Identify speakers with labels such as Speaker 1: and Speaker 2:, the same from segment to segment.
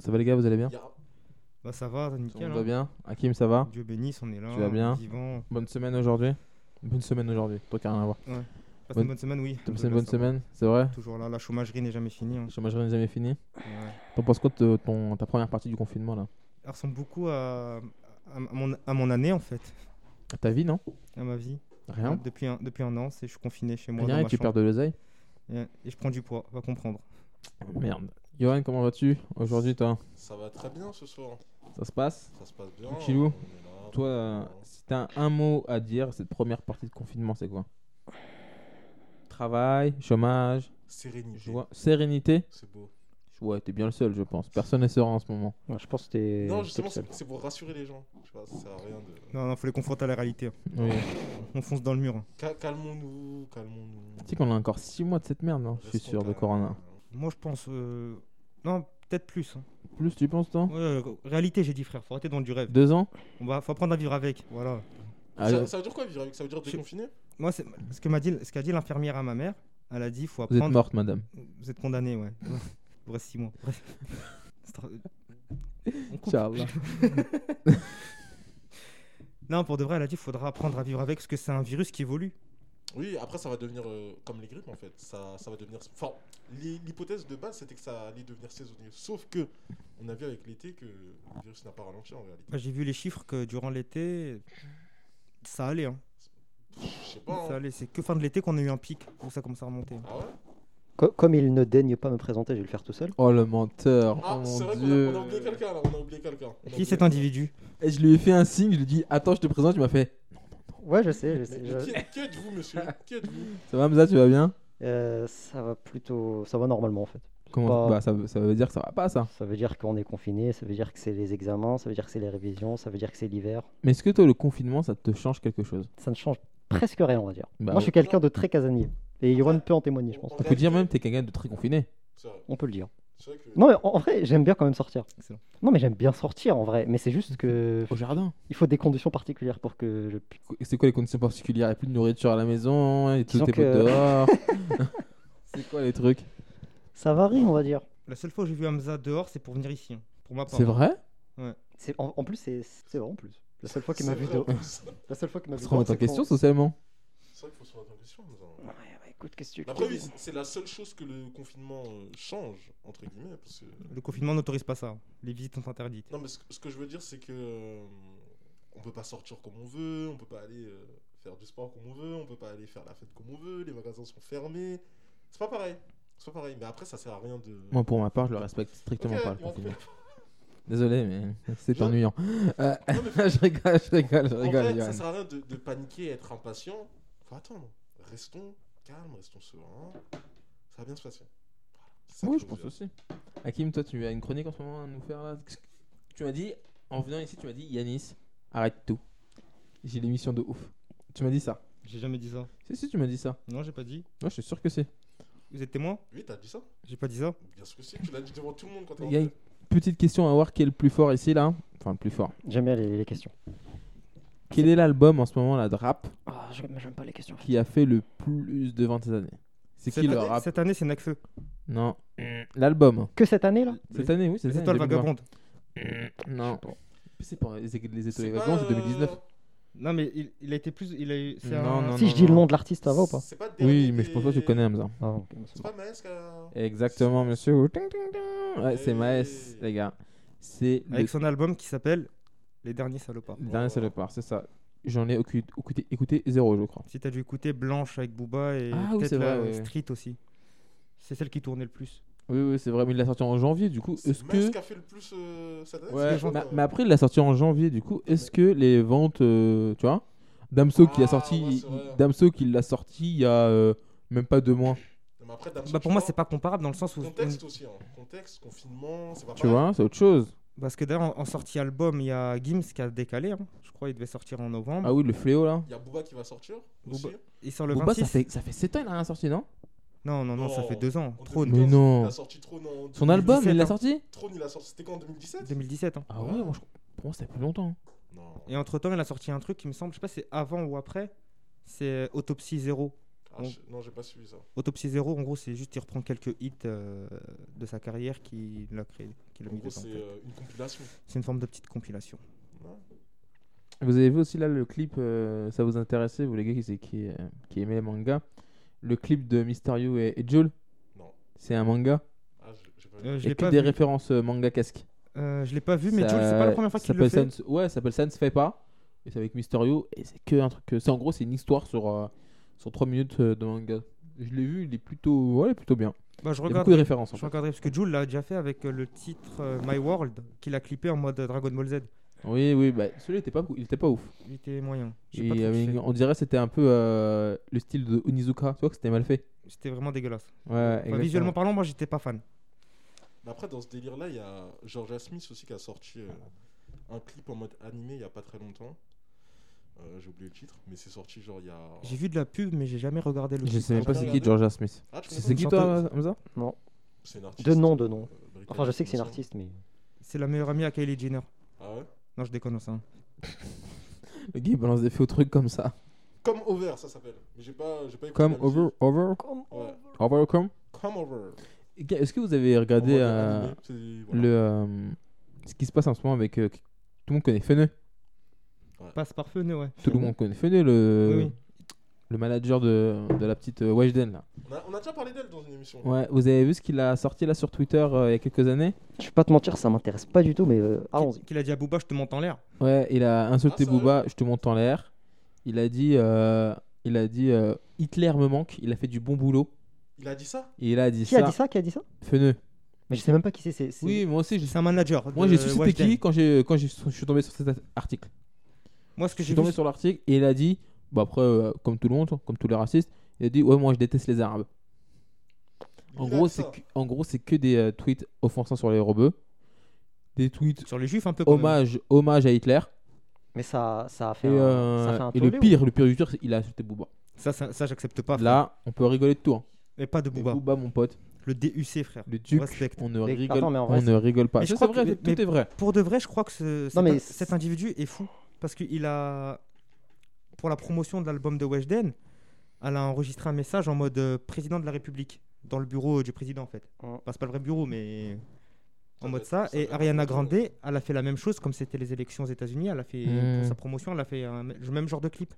Speaker 1: Ça va les gars, vous allez bien
Speaker 2: Bah ça va,
Speaker 1: Tout
Speaker 2: nickel.
Speaker 1: le monde
Speaker 2: hein.
Speaker 1: va bien Hakim, ça va
Speaker 2: Dieu bénisse, on est là.
Speaker 1: Tu vas bien
Speaker 2: Vivant.
Speaker 1: Bonne semaine aujourd'hui Bonne semaine aujourd'hui, toi qui as rien à voir.
Speaker 2: Passe
Speaker 1: Bonne-
Speaker 2: une bonne semaine, oui.
Speaker 1: T'as passé
Speaker 2: Là,
Speaker 1: une bonne
Speaker 2: ça va.
Speaker 1: semaine, c'est vrai
Speaker 2: Toujours là, la chômagerie n'est jamais finie. hein.
Speaker 1: Le chômage n'est jamais fini.
Speaker 2: Ouais.
Speaker 1: T'en penses quoi de ton, ta première partie du confinement là
Speaker 2: Elle ressemble beaucoup à, à, mon, à mon année en fait,
Speaker 1: À Ta vie, non
Speaker 2: à ma vie. Euh,
Speaker 1: Rien
Speaker 2: Depuis un, depuis un an, c'est je suis confiné chez moi.
Speaker 1: Rien
Speaker 2: dans
Speaker 1: et
Speaker 2: ma
Speaker 1: tu perds de l'oseille
Speaker 2: chambre. Et- Et je prends du poids, va comprendre.
Speaker 1: Merde. Johan, comment vas-tu aujourd'hui toi
Speaker 3: Ça va très bien ce soir.
Speaker 1: Ça se passe
Speaker 3: Ça se passe bien.
Speaker 1: Tranquillou.
Speaker 3: on est là,
Speaker 1: Toi, euh,
Speaker 3: tranquillement.
Speaker 1: si t'as un- un mot à dire, cette première partie de confinement, c'est quoi Travail, chômage,
Speaker 3: Sérénité.
Speaker 1: joie, sérénité
Speaker 3: C'est beau.
Speaker 1: Ouais, t'es bien le seul, je pense. Personne n'est serein en ce moment.
Speaker 4: Ouais, je pense que t'es.
Speaker 3: non,
Speaker 4: t'es
Speaker 3: justement,
Speaker 4: le seul.
Speaker 3: c'est c'est pour rassurer les gens. Je sais pas, ça sert à rien de.
Speaker 2: Non, non, faut les confronter à la réalité. hein.
Speaker 1: Oui.
Speaker 2: On fonce dans le mur. hein.
Speaker 3: Cal- Calmons-nous, calmons-nous.
Speaker 1: Tu sais qu'on a encore 6 mois de cette merde, non Je suis
Speaker 3: Restons
Speaker 1: sûr, de
Speaker 3: calmes.
Speaker 1: Corona.
Speaker 2: Moi, je pense. euh, Non, peut-être plus. hein.
Speaker 1: Plus, tu penses, toi
Speaker 2: Ouais, euh, réalité, j'ai dit, frère. Faut arrêter dans du rêve.
Speaker 1: Deux ans Ah,
Speaker 2: On va, faut apprendre à vivre avec. Voilà.
Speaker 1: Allez,
Speaker 3: Ça, ça veut dire quoi vivre avec Ça veut dire
Speaker 2: Je-
Speaker 3: déconfiner
Speaker 2: Moi, c'est ce que m'a dit, ce qu'a dit l'infirmière à ma mère. Elle a dit, faut
Speaker 1: Vous êtes
Speaker 2: apprendre.
Speaker 1: morte, madame.
Speaker 2: Vous êtes condamné, ouais. Vous restez 6 mois. Bref. C'est trop- On coupe.
Speaker 1: Ciao.
Speaker 2: Non, pour de vrai, elle a dit faudra apprendre à vivre avec parce que c'est un virus qui évolue.
Speaker 3: Oui, après, ça va devenir euh, comme les grippes en fait. Ça, ça va devenir. Enfin, l'hy- l'hypothèse de base, c'était que ça allait devenir saisonnier. Sauf que, on a vu avec l'été que le virus n'a pas ralenti en réalité.
Speaker 2: Moi, J'ai vu les chiffres que durant l'été, ça allait. hein.
Speaker 3: Je sais pas.
Speaker 2: Ça
Speaker 3: hein.
Speaker 2: allait. C'est que fin de l'été qu'on a eu un pic où ça commence à remonter.
Speaker 3: Ah ouais
Speaker 4: Co- comme il ne daigne pas me présenter, je vais le faire tout seul.
Speaker 1: Oh le menteur,
Speaker 3: Ah,
Speaker 1: oh
Speaker 3: c'est
Speaker 1: mon
Speaker 3: vrai qu'on a,
Speaker 1: dieu.
Speaker 3: on a oublié quelqu'un là. On a oublié quelqu'un. On a
Speaker 2: Qui
Speaker 1: bah,
Speaker 3: oublié
Speaker 2: cet
Speaker 3: quelqu'un.
Speaker 2: individu
Speaker 1: Et je lui ai fait un signe, je lui ai dit Attends, je te présente, il m'a fait
Speaker 4: Ouais, je sais, je
Speaker 3: Mais-
Speaker 4: sais.
Speaker 3: mais
Speaker 4: je-
Speaker 3: qui, qui êtes-vous, monsieur Qui êtes-vous
Speaker 1: Ça va, Mza, tu vas bien
Speaker 4: Euh, ça va plutôt. Ça va normalement en fait.
Speaker 1: Comment
Speaker 4: Pas-
Speaker 1: Bah, ça, veut- ça veut dire que ça va pas, ça.
Speaker 4: Ça veut dire qu'on est confiné, ça veut dire que c'est les examens, ça veut dire que c'est les révisions, ça veut dire que c'est l'hiver.
Speaker 1: Mais est-ce que toi, le confinement, ça te change quelque chose
Speaker 4: Ça ne change presque rien, on va dire.
Speaker 1: Bah,
Speaker 4: Moi, je suis quelqu'un de très casanier. Et Yohan peut en témoigner, je pense.
Speaker 1: On peut dire même que t'es quelqu'un de très confiné.
Speaker 3: C'est vrai,
Speaker 4: On peut le dire.
Speaker 3: c'est vrai que.
Speaker 4: Non, mais en en vrai, j'aime bien quand même sortir.
Speaker 2: Excellent.
Speaker 4: Non, mais j'aime bien sortir en vrai. Mais c'est juste que.
Speaker 1: Au jardin.
Speaker 4: Il faut des conditions particulières pour que je puisse.
Speaker 1: C'est quoi les conditions particulières Il n'y a plus de nourriture à la maison, hein, et tout
Speaker 4: Disons
Speaker 1: est
Speaker 4: que-
Speaker 1: dehors. c'est quoi les trucs
Speaker 4: Ça varie, on va dire.
Speaker 2: La seule fois où j'ai vu Hamza dehors, c'est pour venir ici. hein. Pour ma part.
Speaker 1: C'est vrai
Speaker 4: C'est- En, en plus, c'est c'est vrai en plus. La seule fois qu'il m'a
Speaker 3: C'est
Speaker 4: vu
Speaker 3: vrai,
Speaker 4: dehors.
Speaker 3: en plus.
Speaker 4: La seule fois qu'il m'a
Speaker 1: Faut
Speaker 4: vu
Speaker 1: se remettre en
Speaker 4: c'est quand-
Speaker 1: question socialement.
Speaker 3: C'est vrai qu'il faut se remettre en question. mais,
Speaker 4: Ouais, bah écoute, qu'est-ce que tu
Speaker 3: euh, Après, oui, c'est la seule chose que le confinement euh, change, entre guillemets. Parce que...
Speaker 2: Le confinement n'autorise pas ça. hein. Les visites sont interdites.
Speaker 3: Non, mais ce, ce que je veux dire, c'est que. euh, on peut pas sortir comme on veut, on peut pas aller euh, faire du sport comme on veut, on peut pas aller faire la fête comme on veut, les magasins sont fermés. C'est pas pareil. C'est pas pareil. Mais après, ça sert à rien de.
Speaker 1: Moi, pour ma part, je le respecte strictement
Speaker 3: Ok,
Speaker 1: pas, le
Speaker 3: il m'a
Speaker 1: confinement. Désolé, mais c'est
Speaker 3: Je-
Speaker 1: ennuyant. Euh,
Speaker 3: Non, mais
Speaker 1: je rigole, je rigole, je
Speaker 3: En
Speaker 1: rigole.
Speaker 3: fait,
Speaker 1: Johan.
Speaker 3: ça sert à rien de, de paniquer, être impatient. Faut attendre. Restons calmes, restons sereins. Ça va bien se passer. Voilà. C'est ça
Speaker 1: Oui,
Speaker 3: que
Speaker 1: je
Speaker 3: veux
Speaker 1: pense
Speaker 3: dire.
Speaker 1: aussi. Hakim, toi, tu as une chronique en ce moment à nous faire là Qu'est-ce que- Tu m'as dit, en venant ici, tu m'as dit Yanis, arrête tout. J'ai l'émission de ouf. Tu m'as dit ça.
Speaker 2: J'ai jamais dit ça.
Speaker 1: Si, si, tu m'as dit ça.
Speaker 2: Non, j'ai pas dit.
Speaker 1: Moi, je suis sûr que c'est.
Speaker 2: Vous êtes témoin
Speaker 3: Oui, t'as dit ça
Speaker 2: J'ai pas dit ça.
Speaker 3: Bien sûr que si, tu l'as dit devant tout le monde quand t'es
Speaker 1: Il y a une
Speaker 3: rentré.
Speaker 1: petite question à voir qui est le plus fort ici, là. Enfin, le plus fort.
Speaker 4: J'aime bien les, les questions.
Speaker 1: Quel est l'album en ce moment, la rap,
Speaker 4: Ah, j'aime j'aime pas les questions.
Speaker 1: qui a fait le plus de 20 années C'est
Speaker 2: Cette
Speaker 1: qui le
Speaker 2: année-
Speaker 1: rap
Speaker 2: Cette année, c'est Necfeu.
Speaker 1: Non. L'album.
Speaker 4: Que cette année là
Speaker 1: Cette année, oui, c'est
Speaker 2: Les
Speaker 1: ça.
Speaker 2: étoiles
Speaker 1: 2020.
Speaker 2: vagabondes.
Speaker 3: Mm,
Speaker 1: Non. C'est pour les, les étoiles
Speaker 3: C'est
Speaker 1: vagabondes,
Speaker 3: pas,
Speaker 1: c'est 2019.
Speaker 3: euh,
Speaker 2: Non, mais il, il a été plus. Il a eu. c'est
Speaker 1: Non,
Speaker 2: un-
Speaker 1: non,
Speaker 4: Si
Speaker 1: non.
Speaker 4: je dis le nom de l'artiste, ça va ou pas
Speaker 3: C'est pas le
Speaker 1: Oui,
Speaker 3: dernier
Speaker 1: mais je pense pas que tu
Speaker 3: des-
Speaker 1: connais Hamza.
Speaker 4: Ah, ok, c'est
Speaker 3: C'est
Speaker 4: bon.
Speaker 3: pas euh, Maes qui a-
Speaker 1: Exactement, monsieur. Ting, ting, ting. Ouais, c'est Maes,
Speaker 3: Hey.
Speaker 1: les gars. C'est le
Speaker 2: Avec son album qui s'appelle Les derniers salopards.
Speaker 1: le dernier salopard, c'est ça. J'en ai occu- écouté, écouté zéro, je crois.
Speaker 2: Si t'as dû écouter Blanche avec Booba et
Speaker 1: Ah oui,
Speaker 2: peut-être
Speaker 1: c'est vrai,
Speaker 2: la
Speaker 1: ouais, ouais.
Speaker 2: Street aussi. C'est celle qui tournait le plus.
Speaker 1: Oui, oui, c'est vrai, mais il l'a sorti en janvier, du coup. Est-ce
Speaker 3: C'est Maes
Speaker 1: que.
Speaker 3: qui a fait le plus euh, cette année
Speaker 1: Ouais,
Speaker 3: c'est les
Speaker 1: mais,
Speaker 3: gens,
Speaker 1: mais
Speaker 3: euh,
Speaker 1: après, il l'a sorti en janvier, du coup. Est-ce que les ventes. euh, tu vois Damso qui a
Speaker 3: Ah,
Speaker 1: sorti.
Speaker 3: ouais, c'est vrai.
Speaker 1: Damso qui l'a sorti il y a euh, même pas deux mois.
Speaker 3: mais après, Damso,
Speaker 2: Bah,
Speaker 3: tu
Speaker 2: pour moi,
Speaker 3: vois,
Speaker 2: c'est pas comparable dans le sens où.
Speaker 3: Contexte aussi. hein. Contexte, confinement, c'est pas
Speaker 1: Tu
Speaker 3: pareil.
Speaker 1: vois, c'est autre chose.
Speaker 2: Parce que d'ailleurs, en, en sortie album, il y a Gims qui a décalé. hein. Je crois il devait sortir en novembre.
Speaker 1: Ah oui, le fléau, là.
Speaker 3: Il y a Booba qui va sortir aussi.
Speaker 2: Booba- Il sort le
Speaker 1: Booba,
Speaker 2: 26.
Speaker 1: ça fait, ça fait 7 ans, il a rien sorti, non
Speaker 2: Non, non, non, ça
Speaker 3: Non.
Speaker 2: fait deux ans.
Speaker 3: En
Speaker 2: Trop.
Speaker 3: 2015,
Speaker 1: Mais non.
Speaker 3: Il a sorti Trône en
Speaker 1: Son album,
Speaker 2: 2017,
Speaker 1: il l'a
Speaker 2: hein.
Speaker 1: sorti
Speaker 3: Trône, il a sorti. C'était quand en 2017
Speaker 2: 2017. hein.
Speaker 1: Ah ouais, moi, je... pour moi, c'était plus longtemps.
Speaker 3: Non.
Speaker 2: Et entre temps, il a sorti un truc qui me semble, je sais pas, c'est avant ou après. C'est euh, Autopsie Zéro.
Speaker 3: Ah, Ah, je- Non, j'ai pas suivi ça.
Speaker 2: Autopsie zéro, en gros, c'est juste il reprend quelques hits euh, de sa carrière qui l'a créé, qui l'a
Speaker 3: En
Speaker 2: mis
Speaker 3: gros,
Speaker 2: dedans. en
Speaker 3: c'est
Speaker 2: fait.
Speaker 3: euh, une compilation.
Speaker 2: C'est une forme de petite compilation.
Speaker 3: Ouais.
Speaker 1: Vous avez vu aussi là le clip, euh, ça vous intéressait, vous les gars qui, qui, euh, qui aimez les mangas Le clip de Mysterio et, et Joel
Speaker 3: Non.
Speaker 1: C'est un manga
Speaker 3: Ah, j'ai- j'ai pas vu.
Speaker 2: Euh, je
Speaker 1: et
Speaker 2: l'ai
Speaker 1: que
Speaker 2: pas,
Speaker 1: des
Speaker 2: vu.
Speaker 1: références euh, manga casque.
Speaker 2: Euh, je l'ai pas vu, mais
Speaker 1: Ça-
Speaker 2: Jules, c'est pas la première fois
Speaker 1: ça
Speaker 2: qu'il le fait.
Speaker 1: s'appelle Ça ne- ouais, ça s'appelle Ça ne se fait pas. Et c'est avec Mysterio. Et c'est que un truc. que- C'est en gros, c'est une histoire sur, euh, sur 3 minutes euh, de manga. Je l'ai vu, il est plutôt, ouais, il est plutôt bien.
Speaker 2: Bah, je
Speaker 1: Il y a beaucoup de
Speaker 2: regarderai,
Speaker 1: références. en
Speaker 2: je
Speaker 1: fait.
Speaker 2: regarderai parce que Jules l'a déjà fait avec euh, le titre euh, My World qu'il a clippé en mode Dragon Ball Z.
Speaker 1: Oui, oui, bah, celui-là, il était pas, il était pas ouf.
Speaker 2: Il était moyen. J'ai
Speaker 1: Il
Speaker 2: pas
Speaker 1: y
Speaker 2: trop
Speaker 1: avait
Speaker 2: kiffé.
Speaker 1: une- on dirait que c'était un peu euh, le style de Onizuka. Tu vois que c'était mal fait.
Speaker 2: C'était vraiment dégueulasse.
Speaker 1: Ouais,
Speaker 2: Enfin,
Speaker 1: exactement.
Speaker 2: visuellement parlant, moi j'étais pas fan.
Speaker 3: Mais après, dans ce délire-là, il y a Georgia Smith aussi qui a sorti euh, un clip en mode animé il y a pas très longtemps. Euh, j'ai oublié le titre, mais c'est sorti genre il y a.
Speaker 2: J'ai vu de la pub, mais j'ai jamais regardé le
Speaker 1: Je
Speaker 2: titre.
Speaker 1: sais même pas c'est qui
Speaker 3: Regardez.
Speaker 1: Georgia Smith.
Speaker 3: Ah, tu connais
Speaker 1: C'est
Speaker 3: pas
Speaker 1: qui
Speaker 2: une
Speaker 1: toi,
Speaker 2: chanteuse.
Speaker 1: Hamza
Speaker 4: Non.
Speaker 3: C'est une artiste.
Speaker 4: De nom, de
Speaker 3: euh,
Speaker 4: nom.
Speaker 3: britannique,
Speaker 4: Enfin, je sais que c'est
Speaker 3: il me
Speaker 4: une
Speaker 3: semble.
Speaker 4: artiste, mais
Speaker 2: C'est la meilleure amie à Kylie Jenner.
Speaker 3: Ah ouais
Speaker 2: Non, je déconne ça.
Speaker 1: Le gars il balance des faux trucs comme ça.
Speaker 3: Comme Over, ça s'appelle. Mais j'ai pas, j'ai pas écouté
Speaker 1: Comme
Speaker 3: la musique.
Speaker 1: over, over,
Speaker 3: Ouais.
Speaker 1: over, come.
Speaker 3: Come Over.
Speaker 1: Est-ce que vous avez regardé
Speaker 3: En mode
Speaker 1: euh,
Speaker 3: animé, c'est- voilà.
Speaker 1: le euh, ce qui se passe en ce moment avec euh, tout le monde connaît Feneux.
Speaker 2: Passe par feu, né, ouais.
Speaker 1: Tout le monde connaît Feneux, le
Speaker 2: Oui, oui.
Speaker 1: le manager de, de la petite euh, Weshden là.
Speaker 3: On, a, on a déjà parlé d'elle dans une émission.
Speaker 1: Ouais, vous avez vu ce qu'il a sorti là sur Twitter euh, il y a quelques années
Speaker 4: je vais pas te mentir, ça m'intéresse pas du tout, mais euh, allons-y.
Speaker 2: Qu'il- Qu'il a dit à Booba, je te monte en l'air.
Speaker 1: Ouais, il a insulté
Speaker 3: Ah, sérieux
Speaker 1: Booba, je te monte en l'air. Il a dit euh, il a dit euh, Hitler me manque, il a fait du bon boulot.
Speaker 3: Il a dit ça
Speaker 1: Et il a dit
Speaker 4: Qui
Speaker 1: ça,
Speaker 4: a dit ça Qui a dit ça
Speaker 1: Feneux.
Speaker 4: Mais je sais même pas qui c'est. c'est- c'est-
Speaker 1: Oui, moi aussi, je
Speaker 2: C'est un manager.
Speaker 1: Moi,
Speaker 2: de
Speaker 1: j'ai su c'était
Speaker 2: Weshden.
Speaker 1: qui quand j'ai quand j'ai- je suis tombé sur cet article.
Speaker 2: Moi, ce que
Speaker 1: Je suis
Speaker 2: j'ai
Speaker 1: tombé
Speaker 2: vu,
Speaker 1: sur l'article et il a dit, bah après, euh, comme tout le monde, comme tous les racistes, il a dit ouais moi je déteste les Arabes. En
Speaker 3: Il a
Speaker 1: gros,
Speaker 3: dit
Speaker 1: c'est
Speaker 3: ça.
Speaker 1: que, en gros c'est que des euh, tweets offensants sur les robeux, des tweets
Speaker 2: sur les juifs un peu. quand même.
Speaker 1: hommage hommage à Hitler
Speaker 4: Mais ça, ça a
Speaker 1: et,
Speaker 4: fait. un, ça
Speaker 1: euh,
Speaker 4: fait un
Speaker 1: et le
Speaker 4: tollé ou-
Speaker 1: pire le pire du pire c'est il a insulté Booba.
Speaker 2: euh, Ça, ça, ça, j'accepte pas. frère.
Speaker 1: Là on peut rigoler de tout. Hein.
Speaker 2: Mais pas de
Speaker 1: Mais
Speaker 2: Booba.
Speaker 1: Booba mon pote,
Speaker 2: Le DUC, frère.
Speaker 1: le duc,
Speaker 2: Respecte.
Speaker 1: on ne
Speaker 4: Mais
Speaker 1: rigole
Speaker 4: attends, mais en vrai,
Speaker 1: on ne rigole pas.
Speaker 2: Mais je
Speaker 1: Ça,
Speaker 2: crois
Speaker 1: c'est vrai,
Speaker 2: que-
Speaker 1: tout
Speaker 2: mais-
Speaker 1: est vrai.
Speaker 2: Pour de vrai, je crois que ce- cet,
Speaker 4: mais
Speaker 2: in-
Speaker 4: c'est-
Speaker 2: cet individu est fou. Parce qu'il a. Pour la promotion de l'album de Weshden, elle a enregistré un message en mode euh, président de la République. Dans le bureau du président, en fait.
Speaker 4: Mm.
Speaker 2: Enfin, c'est pas le vrai bureau, mais. En
Speaker 3: Ça
Speaker 2: mode
Speaker 3: doit-
Speaker 2: ça.
Speaker 3: ça
Speaker 2: Et
Speaker 3: doit
Speaker 2: Ariana
Speaker 3: être un
Speaker 2: Grande,
Speaker 3: peu-
Speaker 2: elle a fait la même chose, comme c'était les élections aux États-Unis. Elle a fait.
Speaker 1: Mm.
Speaker 2: Pour sa promotion, elle a fait un- le même genre de clip.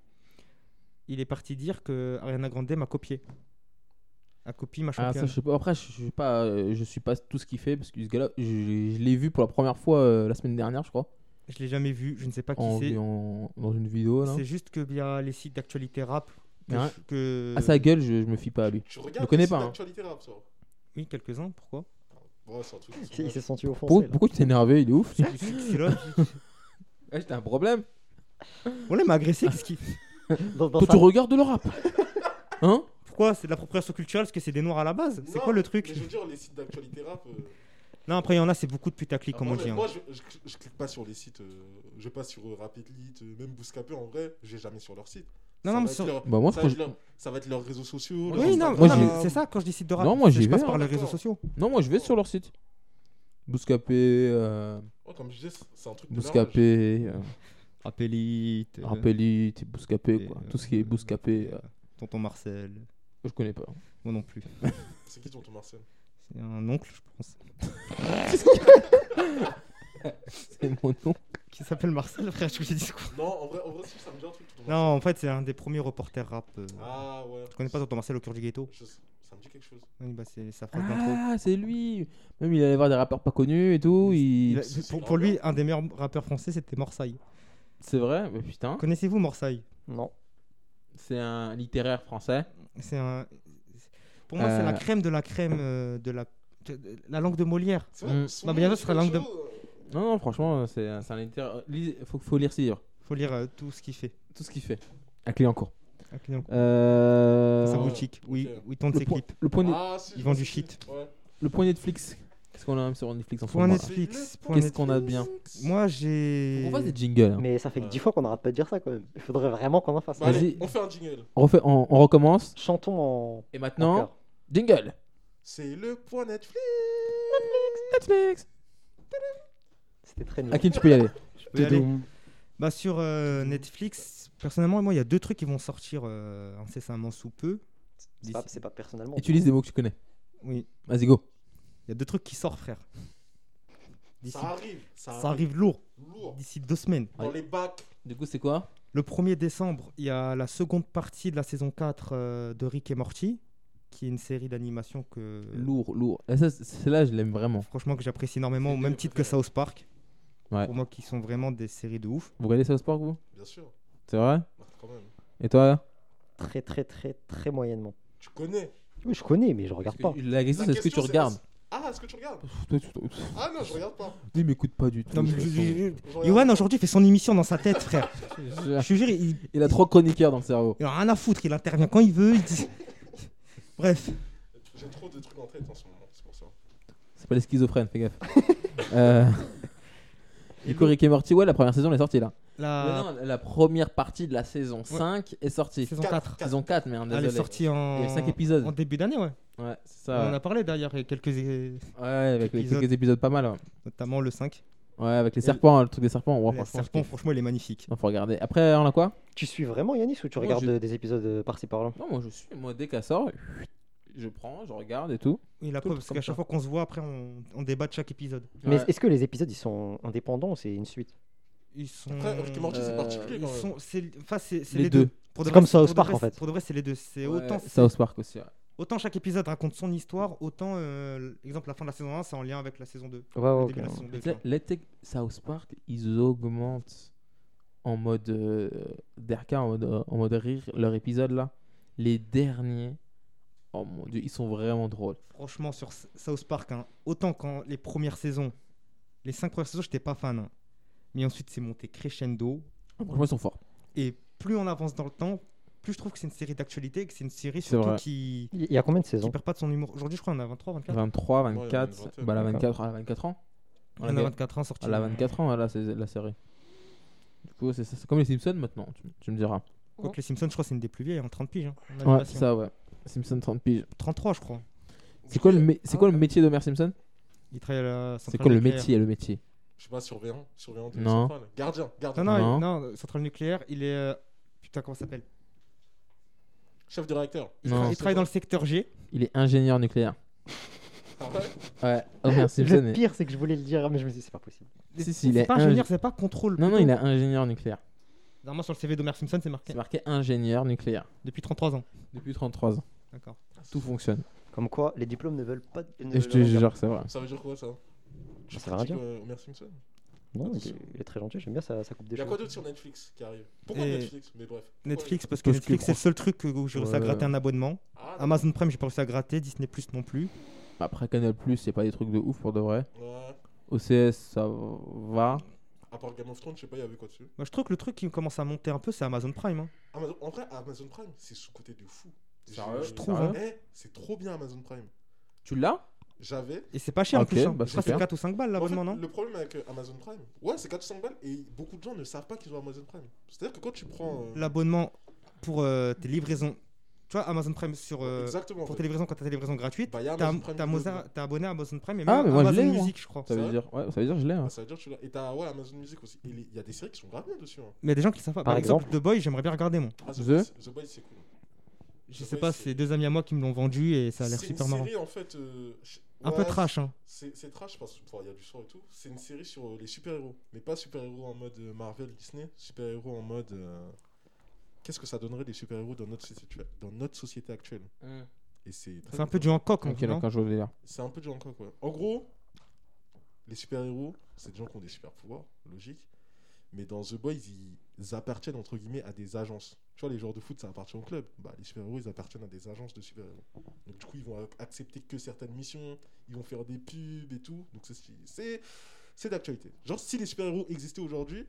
Speaker 2: Il est parti dire que Ariana Grande m'a copié. A copié ma
Speaker 1: Ah,
Speaker 2: championne.
Speaker 1: ça, je sais pas. Après, je je suis pas, euh, je suis pas tout ce qu'il fait parce que ce gars-là, je, je l'ai vu pour la première fois euh, la semaine dernière, je crois,
Speaker 2: Je l'ai jamais vu, je ne sais pas qui
Speaker 1: en,
Speaker 2: c'est.
Speaker 1: en- dans une vidéo. Là.
Speaker 2: C'est juste que via les sites d'actualité rap, que,
Speaker 1: Ouais. Ah,
Speaker 2: je- que-
Speaker 1: À sa gueule, je, je me fie pas à lui.
Speaker 3: Tu regardes
Speaker 1: connais
Speaker 3: les sites
Speaker 1: pas, hein.
Speaker 3: d'actualité rap, ça.
Speaker 2: Oui, quelques-uns, pourquoi
Speaker 3: Ouais, c'est un truc. de
Speaker 4: C'est- Il
Speaker 3: sondage.
Speaker 4: s'est senti offensé.
Speaker 1: Pourquoi,
Speaker 4: là.
Speaker 1: pourquoi tu t'es énervé Il est ouf.
Speaker 2: Je suis- je suis là.
Speaker 1: Eh, T'as un problème
Speaker 2: On l'aime agressé, qu'est-ce qui...
Speaker 4: Dans- dans
Speaker 1: Toi,
Speaker 4: sa-
Speaker 1: tu regardes le rap, hein
Speaker 2: Pourquoi C'est de l'appropriation culturelle, parce que c'est des noirs à la base C'est
Speaker 3: Non,
Speaker 2: quoi le
Speaker 3: mais
Speaker 2: truc
Speaker 3: Je veux dire, les sites d'actualité rap. euh,
Speaker 2: Non, après, il y en a, c'est beaucoup de putaclic,
Speaker 3: ah,
Speaker 2: comme
Speaker 3: moi,
Speaker 2: on dit. hein.
Speaker 3: Moi, je, je, je clique pas sur les sites. euh, je passe sur euh, Rapid Elite, euh, même Bouscapé, en vrai, j'ai jamais sur leur
Speaker 2: Non,
Speaker 3: site. Ça
Speaker 2: non,
Speaker 3: va
Speaker 2: mais
Speaker 3: être
Speaker 2: sur-
Speaker 3: leur-
Speaker 1: Bah moi,
Speaker 3: ça, va être
Speaker 1: franchement-
Speaker 3: leur- ça va être leurs réseaux sociaux.
Speaker 2: Oui,
Speaker 3: leur
Speaker 2: non,
Speaker 1: Moi,
Speaker 2: non,
Speaker 1: j'y-
Speaker 2: mais c'est ça, quand je décide de rap,
Speaker 1: Non, moi,
Speaker 2: je
Speaker 1: j'y
Speaker 2: je passe
Speaker 1: vais,
Speaker 2: par
Speaker 3: hein.
Speaker 2: les réseaux sociaux.
Speaker 1: non, moi, je vais sur leur site. Bouscapé, euh,
Speaker 3: Ouais, comme je disais, c'est- c'est un truc de leur âge.
Speaker 1: Bouscapé, euh,
Speaker 2: Rappelite,
Speaker 1: Rappelite, Bouscapé, quoi.
Speaker 2: euh,
Speaker 1: Tout ce qui est Bouscapé, euh,
Speaker 2: Tonton Marcel,
Speaker 1: je connais pas.
Speaker 2: moi non plus.
Speaker 3: C'est qui tonton Marcel
Speaker 2: C'est un oncle, je pense,
Speaker 1: C'est mon nom.
Speaker 2: qui s'appelle Marcel, frère, je vous ai dit quoi
Speaker 3: Non, en vrai, en vrai, si, ça me dit un truc, tonton
Speaker 2: Non,
Speaker 3: Marcel.
Speaker 2: en fait, c'est un des premiers reporters rap. euh,
Speaker 3: Ah ouais.
Speaker 2: Je connais pas Tonton Marcel au cœur du ghetto.
Speaker 3: Je- Ça me dit quelque chose.
Speaker 2: Oui, bah, c'est sa phrase d'intro.
Speaker 1: Ah, c'est lui. Même il allait voir des rappeurs pas connus et tout. Il...
Speaker 2: Il a-
Speaker 3: c'est-
Speaker 2: pour,
Speaker 3: c'est
Speaker 2: pour lui,
Speaker 3: grave.
Speaker 2: un des meilleurs rappeurs français, c'était Morsaille.
Speaker 1: C'est vrai, mais putain.
Speaker 2: Connaissez-vous Morsaille
Speaker 4: Non.
Speaker 1: C'est un littéraire français.
Speaker 2: C'est un. Pour moi, c'est
Speaker 1: Euh.
Speaker 2: la crème de la crème euh, de la de la langue de Molière.
Speaker 3: C'est
Speaker 1: Mm.
Speaker 3: son
Speaker 2: Non, mais il y en a,
Speaker 3: nom,
Speaker 2: Bah, ce serait
Speaker 3: c'est
Speaker 2: langue de-
Speaker 3: chaud, euh.
Speaker 1: Non, non, franchement, c'est un c'est un littéraire. Lise- Faut, faut lire ses livres.
Speaker 2: Faut lire euh, tout ce qu'il fait.
Speaker 1: Tout ce qu'il fait. À Clignancourt.
Speaker 2: Un client.
Speaker 1: Euh...
Speaker 2: Sa
Speaker 3: ouais.
Speaker 2: boutique, où il,
Speaker 3: Ok.
Speaker 2: où il tourne
Speaker 1: Le,
Speaker 2: ses
Speaker 1: point-
Speaker 2: clips.
Speaker 1: le point, net-
Speaker 3: Ah, si,
Speaker 2: Ils
Speaker 3: je
Speaker 2: vendent
Speaker 3: vois
Speaker 2: du
Speaker 3: ce que
Speaker 2: shit.
Speaker 3: tu- ouais.
Speaker 1: le point Netflix. Qu'est-ce qu'on a même sur Netflix en ce
Speaker 2: Point
Speaker 1: moment
Speaker 2: Netflix.
Speaker 3: C'est
Speaker 2: point
Speaker 1: Qu'est-ce
Speaker 2: Net-
Speaker 1: qu'on a de bien
Speaker 2: Moi, j'ai.
Speaker 1: On va des jingles. hein.
Speaker 4: Mais ça fait que
Speaker 3: Ouais.
Speaker 4: 10 fois qu'on arrête pas de dire ça quand même. Il faudrait vraiment qu'on en fasse.
Speaker 3: Bah,
Speaker 1: Vas-y.
Speaker 3: allez, on fait un jingle.
Speaker 1: On, refait, on, on recommence.
Speaker 4: Chantons en.
Speaker 1: Et
Speaker 4: en
Speaker 1: maintenant,
Speaker 4: chœur.
Speaker 1: jingle.
Speaker 3: C'est le point Netflix.
Speaker 1: Netflix.
Speaker 4: C'était très nul.
Speaker 1: Akin, tu peux y aller.
Speaker 2: Je peux y aller.
Speaker 4: Toudoum.
Speaker 2: Bah, sur euh, Netflix, personnellement, moi, il y a deux trucs qui vont sortir euh, incessamment sous peu.
Speaker 4: C'est pas, c'est pas personnellement.
Speaker 1: Utilise des mots que tu connais.
Speaker 2: Oui.
Speaker 1: Vas-y, go.
Speaker 2: Il y a deux trucs qui sortent, frère. D'ici-
Speaker 3: Ça arrive. Ça,
Speaker 2: ça arrive lourd.
Speaker 3: Lourd.
Speaker 2: D'ici deux semaines.
Speaker 3: Dans les bacs.
Speaker 1: Du coup, c'est quoi
Speaker 2: Le 1er décembre, il y a la seconde partie de la saison 4 euh, de Rick et Morty, qui est une série d'animation que.
Speaker 1: Lourd, lourd. Et ça, c- celle-là, je l'aime vraiment.
Speaker 2: Franchement, que j'apprécie énormément, au
Speaker 3: C'est
Speaker 2: même
Speaker 3: mes
Speaker 2: titre que South Park.
Speaker 1: Ouais.
Speaker 2: Pour moi, qui sont vraiment des séries de ouf.
Speaker 1: Vous regardez South Park, vous
Speaker 3: Bien sûr.
Speaker 1: C'est vrai
Speaker 3: Bah, quand même.
Speaker 1: Et toi
Speaker 4: Très, très, très, très moyennement.
Speaker 3: Tu connais.
Speaker 4: Oui, je connais, mais je regarde
Speaker 1: Parce
Speaker 4: pas.
Speaker 1: que La question, c'est
Speaker 3: La
Speaker 1: est-ce que tu
Speaker 3: question,
Speaker 1: regardes
Speaker 3: Ah, est-ce que tu regardes
Speaker 1: Pff, toi, tu- pff,
Speaker 3: Ah non, je regarde pas.
Speaker 1: Il m'écoute pas du tout.
Speaker 2: Non, mais
Speaker 1: de toute
Speaker 2: je-
Speaker 1: façon.
Speaker 2: je-
Speaker 3: Je
Speaker 2: je-
Speaker 3: regarde
Speaker 2: Yoann,
Speaker 3: pas.
Speaker 2: aujourd'hui, fait son émission dans sa tête, frère.
Speaker 1: Je-
Speaker 2: Je te jure, il,
Speaker 1: Il a trois chroniqueurs dans le cerveau.
Speaker 2: il en a rien à foutre, il intervient quand il veut. il dit- Bref,
Speaker 3: J'ai trop de trucs en tête en ce moment. C'est pour ça.
Speaker 1: C'est pas les schizophrènes, fais gaffe. euh... Du coup, Rick et Morty, ouais, la première saison elle est sortie là.
Speaker 2: la
Speaker 1: Mais non, la première partie de la saison 5 est sortie.
Speaker 2: saison
Speaker 3: quatre,
Speaker 2: 4,
Speaker 3: quatre.
Speaker 1: Saison 4, merde,
Speaker 2: elle est
Speaker 1: désolé.
Speaker 2: sortie
Speaker 1: Il y
Speaker 2: en,
Speaker 1: a 5
Speaker 2: en
Speaker 1: épisodes.
Speaker 2: début d'année, ouais.
Speaker 1: Ouais, c'est
Speaker 2: On en
Speaker 1: ça.
Speaker 2: a parlé d'ailleurs, il y a quelques. é-
Speaker 1: Ouais, avec les
Speaker 2: Épisodes.
Speaker 1: quelques épisodes pas mal. Ouais,
Speaker 2: notamment le 5.
Speaker 1: Ouais, avec les
Speaker 2: Et-
Speaker 1: serpents, hein, le truc des serpents. Ouais,
Speaker 2: le
Speaker 1: franchement, je
Speaker 2: serpent,
Speaker 1: kiffe.
Speaker 2: franchement, il est magnifique.
Speaker 1: Non, faut regarder. Après, on a quoi
Speaker 4: Tu suis vraiment Yanis ou tu
Speaker 1: Moi,
Speaker 4: regardes
Speaker 1: je-
Speaker 4: euh, des épisodes euh, par-ci par-là
Speaker 1: Non, moi je suis. Moi, dès qu'elle sort, je prends, je regarde et tout.
Speaker 2: Oui, la
Speaker 1: Tout
Speaker 2: preuve,
Speaker 1: le
Speaker 2: parce
Speaker 1: truc
Speaker 2: qu'à
Speaker 1: comme ça.
Speaker 2: chaque fois qu'on se voit, après, on, on débat de chaque épisode.
Speaker 4: Mais
Speaker 1: Ouais.
Speaker 4: est-ce que les épisodes ils sont indépendants ou c'est une suite
Speaker 2: Ils sont.
Speaker 3: Après, Rick et Morty, c'est
Speaker 1: Euh,
Speaker 3: particulier
Speaker 2: Mmh, Ils
Speaker 3: quand même.
Speaker 2: sont, c'est, enfin, c'est, c'est
Speaker 1: Les
Speaker 2: les,
Speaker 1: deux.
Speaker 2: deux. Pour de
Speaker 4: C'est comme
Speaker 2: pour
Speaker 4: South
Speaker 2: de
Speaker 4: Park,
Speaker 2: vrai,
Speaker 4: en fait.
Speaker 2: Pour de vrai, c'est les deux. C'est
Speaker 1: Ouais,
Speaker 2: autant,
Speaker 1: South Park aussi. ouais.
Speaker 2: autant chaque épisode raconte son histoire, autant, euh, exemple, la fin de la saison 1, c'est en lien avec la saison 2.
Speaker 4: Ouais, ouais,
Speaker 1: Ah,
Speaker 2: le
Speaker 4: ok.
Speaker 2: début de la saison
Speaker 1: Mais
Speaker 2: 2,
Speaker 1: tu sais,
Speaker 2: tu vois.
Speaker 1: les tech- South Park, ils augmentent en mode euh, Derka, en mode, euh, en mode rire, leur épisode là. Les derniers, oh mon dieu, ils sont vraiment drôles.
Speaker 2: Franchement, sur S- South Park, hein, autant quand les premières saisons, les 5 premières saisons, j'étais pas fan. hein. Mais ensuite, c'est monté crescendo.
Speaker 1: Franchement, ils sont forts.
Speaker 2: Et plus on avance dans le temps, plus je trouve que c'est une série d'actualité, que c'est une série
Speaker 1: C'est
Speaker 2: surtout
Speaker 1: vrai.
Speaker 2: qui,
Speaker 4: Il y a combien de
Speaker 2: qui
Speaker 4: saisons
Speaker 2: perd pas de son humour. Aujourd'hui, je crois, on a 23, 24.
Speaker 1: 23,
Speaker 3: il y en a
Speaker 1: 24,
Speaker 3: une vingtaine.
Speaker 1: bah, elle a
Speaker 4: D'accord.
Speaker 1: 24, elle a 24 ans.
Speaker 2: On en a 24 ans sorti.
Speaker 1: Elle a 24 ans, là, c'est la série. Du coup, c'est c'est comme les Simpsons maintenant, tu, tu me diras.
Speaker 2: Quoique les Simpsons, je crois, c'est une des plus vieilles, hein, 30 piges. hein, en
Speaker 1: Ouais,
Speaker 2: animation.
Speaker 1: ça, ouais. Simpson 30 piges.
Speaker 2: 33, je crois.
Speaker 1: C'est quoi, le, mé- c'est
Speaker 2: Ah,
Speaker 1: quoi le métier d'Homer Simpson
Speaker 2: Il travaille à la
Speaker 1: C'est
Speaker 2: centrale
Speaker 1: quoi le
Speaker 2: nucléaire.
Speaker 1: métier Le métier.
Speaker 3: Je sais pas, surveillant. Surveillant de
Speaker 1: Non.
Speaker 3: centrale. Gardien. Gardien.
Speaker 2: Non, non,
Speaker 1: Non.
Speaker 2: il- non, centrale nucléaire, il est. euh, Putain, comment ça s'appelle
Speaker 3: Chef directeur.
Speaker 2: il,
Speaker 1: Non.
Speaker 2: tra- il travaille dans le secteur G.
Speaker 1: Il est ingénieur nucléaire.
Speaker 3: Ah ouais
Speaker 1: Ouais,
Speaker 4: Ah,
Speaker 1: Homer Simpson.
Speaker 4: Le
Speaker 1: est-
Speaker 4: pire, c'est que je voulais le dire, mais je me suis dit, c'est pas possible.
Speaker 1: Si, si, il
Speaker 2: c'est
Speaker 1: est
Speaker 2: pas
Speaker 1: ingé-
Speaker 2: ingénieur, c'est pas contrôle.
Speaker 1: Non, non,
Speaker 2: plutôt.
Speaker 1: il est ingénieur nucléaire.
Speaker 2: Normalement, sur le CV d'Homer Simpson, c'est marqué
Speaker 1: C'est marqué ingénieur nucléaire.
Speaker 2: depuis 33 ans.
Speaker 1: Depuis 33 ans,
Speaker 2: D'accord.
Speaker 1: tout fonctionne.
Speaker 4: Comme quoi, les diplômes ne veulent pas. ne
Speaker 1: Et je
Speaker 4: veulent
Speaker 1: te
Speaker 4: rien dire.
Speaker 1: jure, c'est vrai.
Speaker 3: Ça veut dire quoi ça Je
Speaker 4: Ça veut rien
Speaker 3: critique, euh, Homer Simpson.
Speaker 4: Non, il est, il est très gentil, j'aime bien, ça, ça coupe des
Speaker 3: Il y a
Speaker 4: choses.
Speaker 3: quoi d'autre sur Netflix qui arrive Pourquoi
Speaker 2: Et-
Speaker 3: Netflix Mais bref. Pourquoi
Speaker 2: Netflix, parce que
Speaker 1: Parce que
Speaker 2: Netflix, c'est le seul truc où j'ai réussi à
Speaker 1: Ouais.
Speaker 2: gratter un abonnement.
Speaker 3: Ah, d'accord.
Speaker 2: Amazon Prime, j'ai pas réussi à gratter. Disney Plus non plus.
Speaker 1: Après Canal Plus, c'est pas des trucs de ouf pour de vrai.
Speaker 3: Ouais.
Speaker 1: OCS, ça va.
Speaker 3: À part Game of Thrones, je sais pas, il y avait quoi dessus
Speaker 2: Moi, je trouve que le truc qui commence à monter un peu, c'est Amazon Prime. hein.
Speaker 3: Amazon... En vrai, Amazon Prime, c'est sous-côté de fou.
Speaker 1: Sérieux
Speaker 3: Je
Speaker 2: trouve,
Speaker 1: Sérieux
Speaker 2: hein.
Speaker 3: Eh, c'est trop bien Amazon Prime.
Speaker 1: Tu l'as
Speaker 3: J'avais.
Speaker 2: Et c'est pas cher en
Speaker 1: Ok,
Speaker 2: plus. hein.
Speaker 1: bah,
Speaker 2: je crois que
Speaker 1: super.
Speaker 2: c'est 4 ou 5 balles
Speaker 3: En fait,
Speaker 2: l'abonnement, non
Speaker 3: le problème avec euh, Amazon Prime, ouais, c'est 400 balles et beaucoup de gens ne savent pas qu'ils ont Amazon Prime. C'est-à-dire que quand tu prends. euh,
Speaker 2: L'abonnement pour euh, tes livraisons. Tu vois, Amazon Prime sur. euh,
Speaker 3: Exactement. en
Speaker 2: pour
Speaker 3: fait.
Speaker 2: tes livraisons, quand t'as tes livraisons gratuites,
Speaker 3: Bah, y a
Speaker 2: t'as
Speaker 3: Amazon Prime
Speaker 2: t'as
Speaker 3: Video.
Speaker 2: Mozart- t'es abonné à Amazon Prime et même
Speaker 1: Ah, mais moi, je
Speaker 2: Amazon
Speaker 1: l'ai, moi.
Speaker 2: Music, je crois.
Speaker 1: ça veut,
Speaker 3: vrai
Speaker 1: dire... ouais, ça veut dire que je l'ai. hein.
Speaker 3: Ah, ça veut dire que tu l'as. Et t'as ouais, Amazon Music aussi. Et il y a des séries qui sont grave bien dessus. hein.
Speaker 2: Mais il y a des gens qui savent pas. Par,
Speaker 4: Par
Speaker 2: exemple,
Speaker 4: exemple
Speaker 2: The Boy, j'aimerais bien regarder, moi.
Speaker 3: Ah,
Speaker 1: The-
Speaker 3: The Boys, c'est cool.
Speaker 2: Je
Speaker 3: The
Speaker 2: sais
Speaker 3: Boys,
Speaker 2: pas,
Speaker 3: c'est-
Speaker 2: c'est deux amis à moi qui me l'ont vendu et ça a l'air
Speaker 3: C'est une
Speaker 2: super marrant.
Speaker 3: série, en fait. euh, je-
Speaker 2: Un peu
Speaker 3: ouais,
Speaker 2: trash, hein.
Speaker 3: C'est c'est trash parce qu'il y a du sang et tout. C'est une série sur euh, les super-héros. Mais pas super-héros en mode euh, Marvel, Disney. Super-héros en mode. euh, Qu'est-ce que ça donnerait des super-héros dans, notre société actuelle- dans notre société actuelle Et c'est très
Speaker 2: C'est un peu
Speaker 3: intéressant.
Speaker 2: du Hancock, en
Speaker 1: Ok,
Speaker 2: fait, non
Speaker 1: d'accord, je vois le délire.
Speaker 3: C'est un peu du Hancock, ouais. En gros, les super-héros, c'est des gens qui ont des super-pouvoirs, logique. Mais dans The Boys, ils appartiennent entre guillemets à des agences. Tu vois, les joueurs de foot, ça appartient au club. Bah, les super-héros, ils appartiennent à des agences de super-héros. Donc, du coup, ils vont ac- accepter que certaines missions, ils vont faire des pubs et tout. Donc, c'est- c'est c'est d'actualité. Genre, si les super-héros existaient aujourd'hui,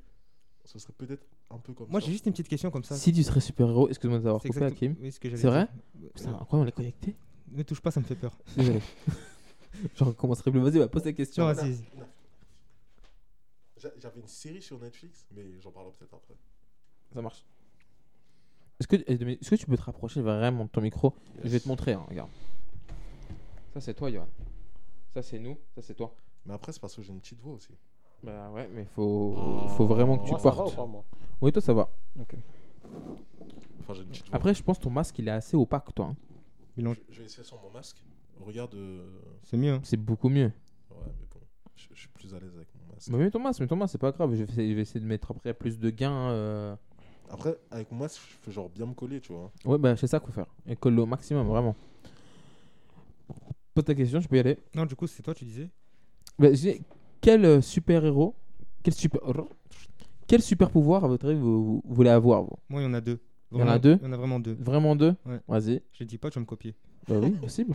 Speaker 3: ce serait peut-être un peu comme
Speaker 2: Moi,
Speaker 3: ça.
Speaker 2: j'ai juste une petite question comme ça.
Speaker 1: Si tu serais super-héros, excuse-moi de t'avoir
Speaker 2: C'est
Speaker 1: coupé,
Speaker 2: exact-
Speaker 1: Hakim.
Speaker 2: oui, ce que j'allais
Speaker 1: C'est vrai
Speaker 2: dire.
Speaker 1: Putain, à quoi on est connecté
Speaker 2: Ne touche pas, ça me fait peur.
Speaker 1: Désolé. je recommencerai plus. Vas-y, bah, pose ta question.
Speaker 2: Non,
Speaker 1: Ouais,
Speaker 2: vas-y. vas-y.
Speaker 3: J'a- J'avais une série sur Netflix, mais j'en parlerai peut-être après.
Speaker 1: Ça marche. Est-ce que, eh, est-ce que tu peux te rapprocher vraiment de ton micro Je vais te montrer, hein, regarde. Ça, c'est toi, Johan. Ça, c'est nous. Ça, c'est toi.
Speaker 3: Mais après, c'est parce que j'ai une petite voix aussi.
Speaker 1: Bah ouais, mais faut,
Speaker 3: Oh.
Speaker 1: faut vraiment que tu
Speaker 4: Moi, Ah, ça va ou
Speaker 1: portes.
Speaker 4: pas, moi
Speaker 1: Oui, toi ça va.
Speaker 3: Enfin, j'ai une petite voix.
Speaker 1: Après, je pense ton masque il est assez opaque, toi. hein.
Speaker 2: Ils l'ont-
Speaker 3: Je, je vais essayer sans mon masque. Regarde. euh,
Speaker 2: C'est mieux. hein.
Speaker 1: C'est beaucoup mieux.
Speaker 3: Ouais, mais bon, je, je suis plus à l'aise avec mon masque.
Speaker 1: Mais mets ton masque, mets ton masque, c'est pas grave. Je vais, essayer, je vais essayer de mettre après plus de gains. euh.
Speaker 3: Après, avec mon masque, je fais genre bien me coller, tu vois.
Speaker 1: Ouais, bah c'est ça qu'on faut faire. Et colle au maximum, vraiment. Pose ta question, je peux y aller.
Speaker 2: Non, du coup, c'est toi, tu disais
Speaker 1: Bah, j'ai- quel euh, super-héros, quel super, quel super-pouvoir à votre avis vous, vous voulez avoir vous
Speaker 2: Moi, il y en a deux.
Speaker 1: Il y en a
Speaker 2: Vraiment-
Speaker 1: deux
Speaker 2: Il y en a vraiment deux.
Speaker 1: Vraiment deux
Speaker 2: Ouais.
Speaker 1: Vas-y.
Speaker 2: Je dis pas, tu vas me copier.
Speaker 1: Bah oui, possible.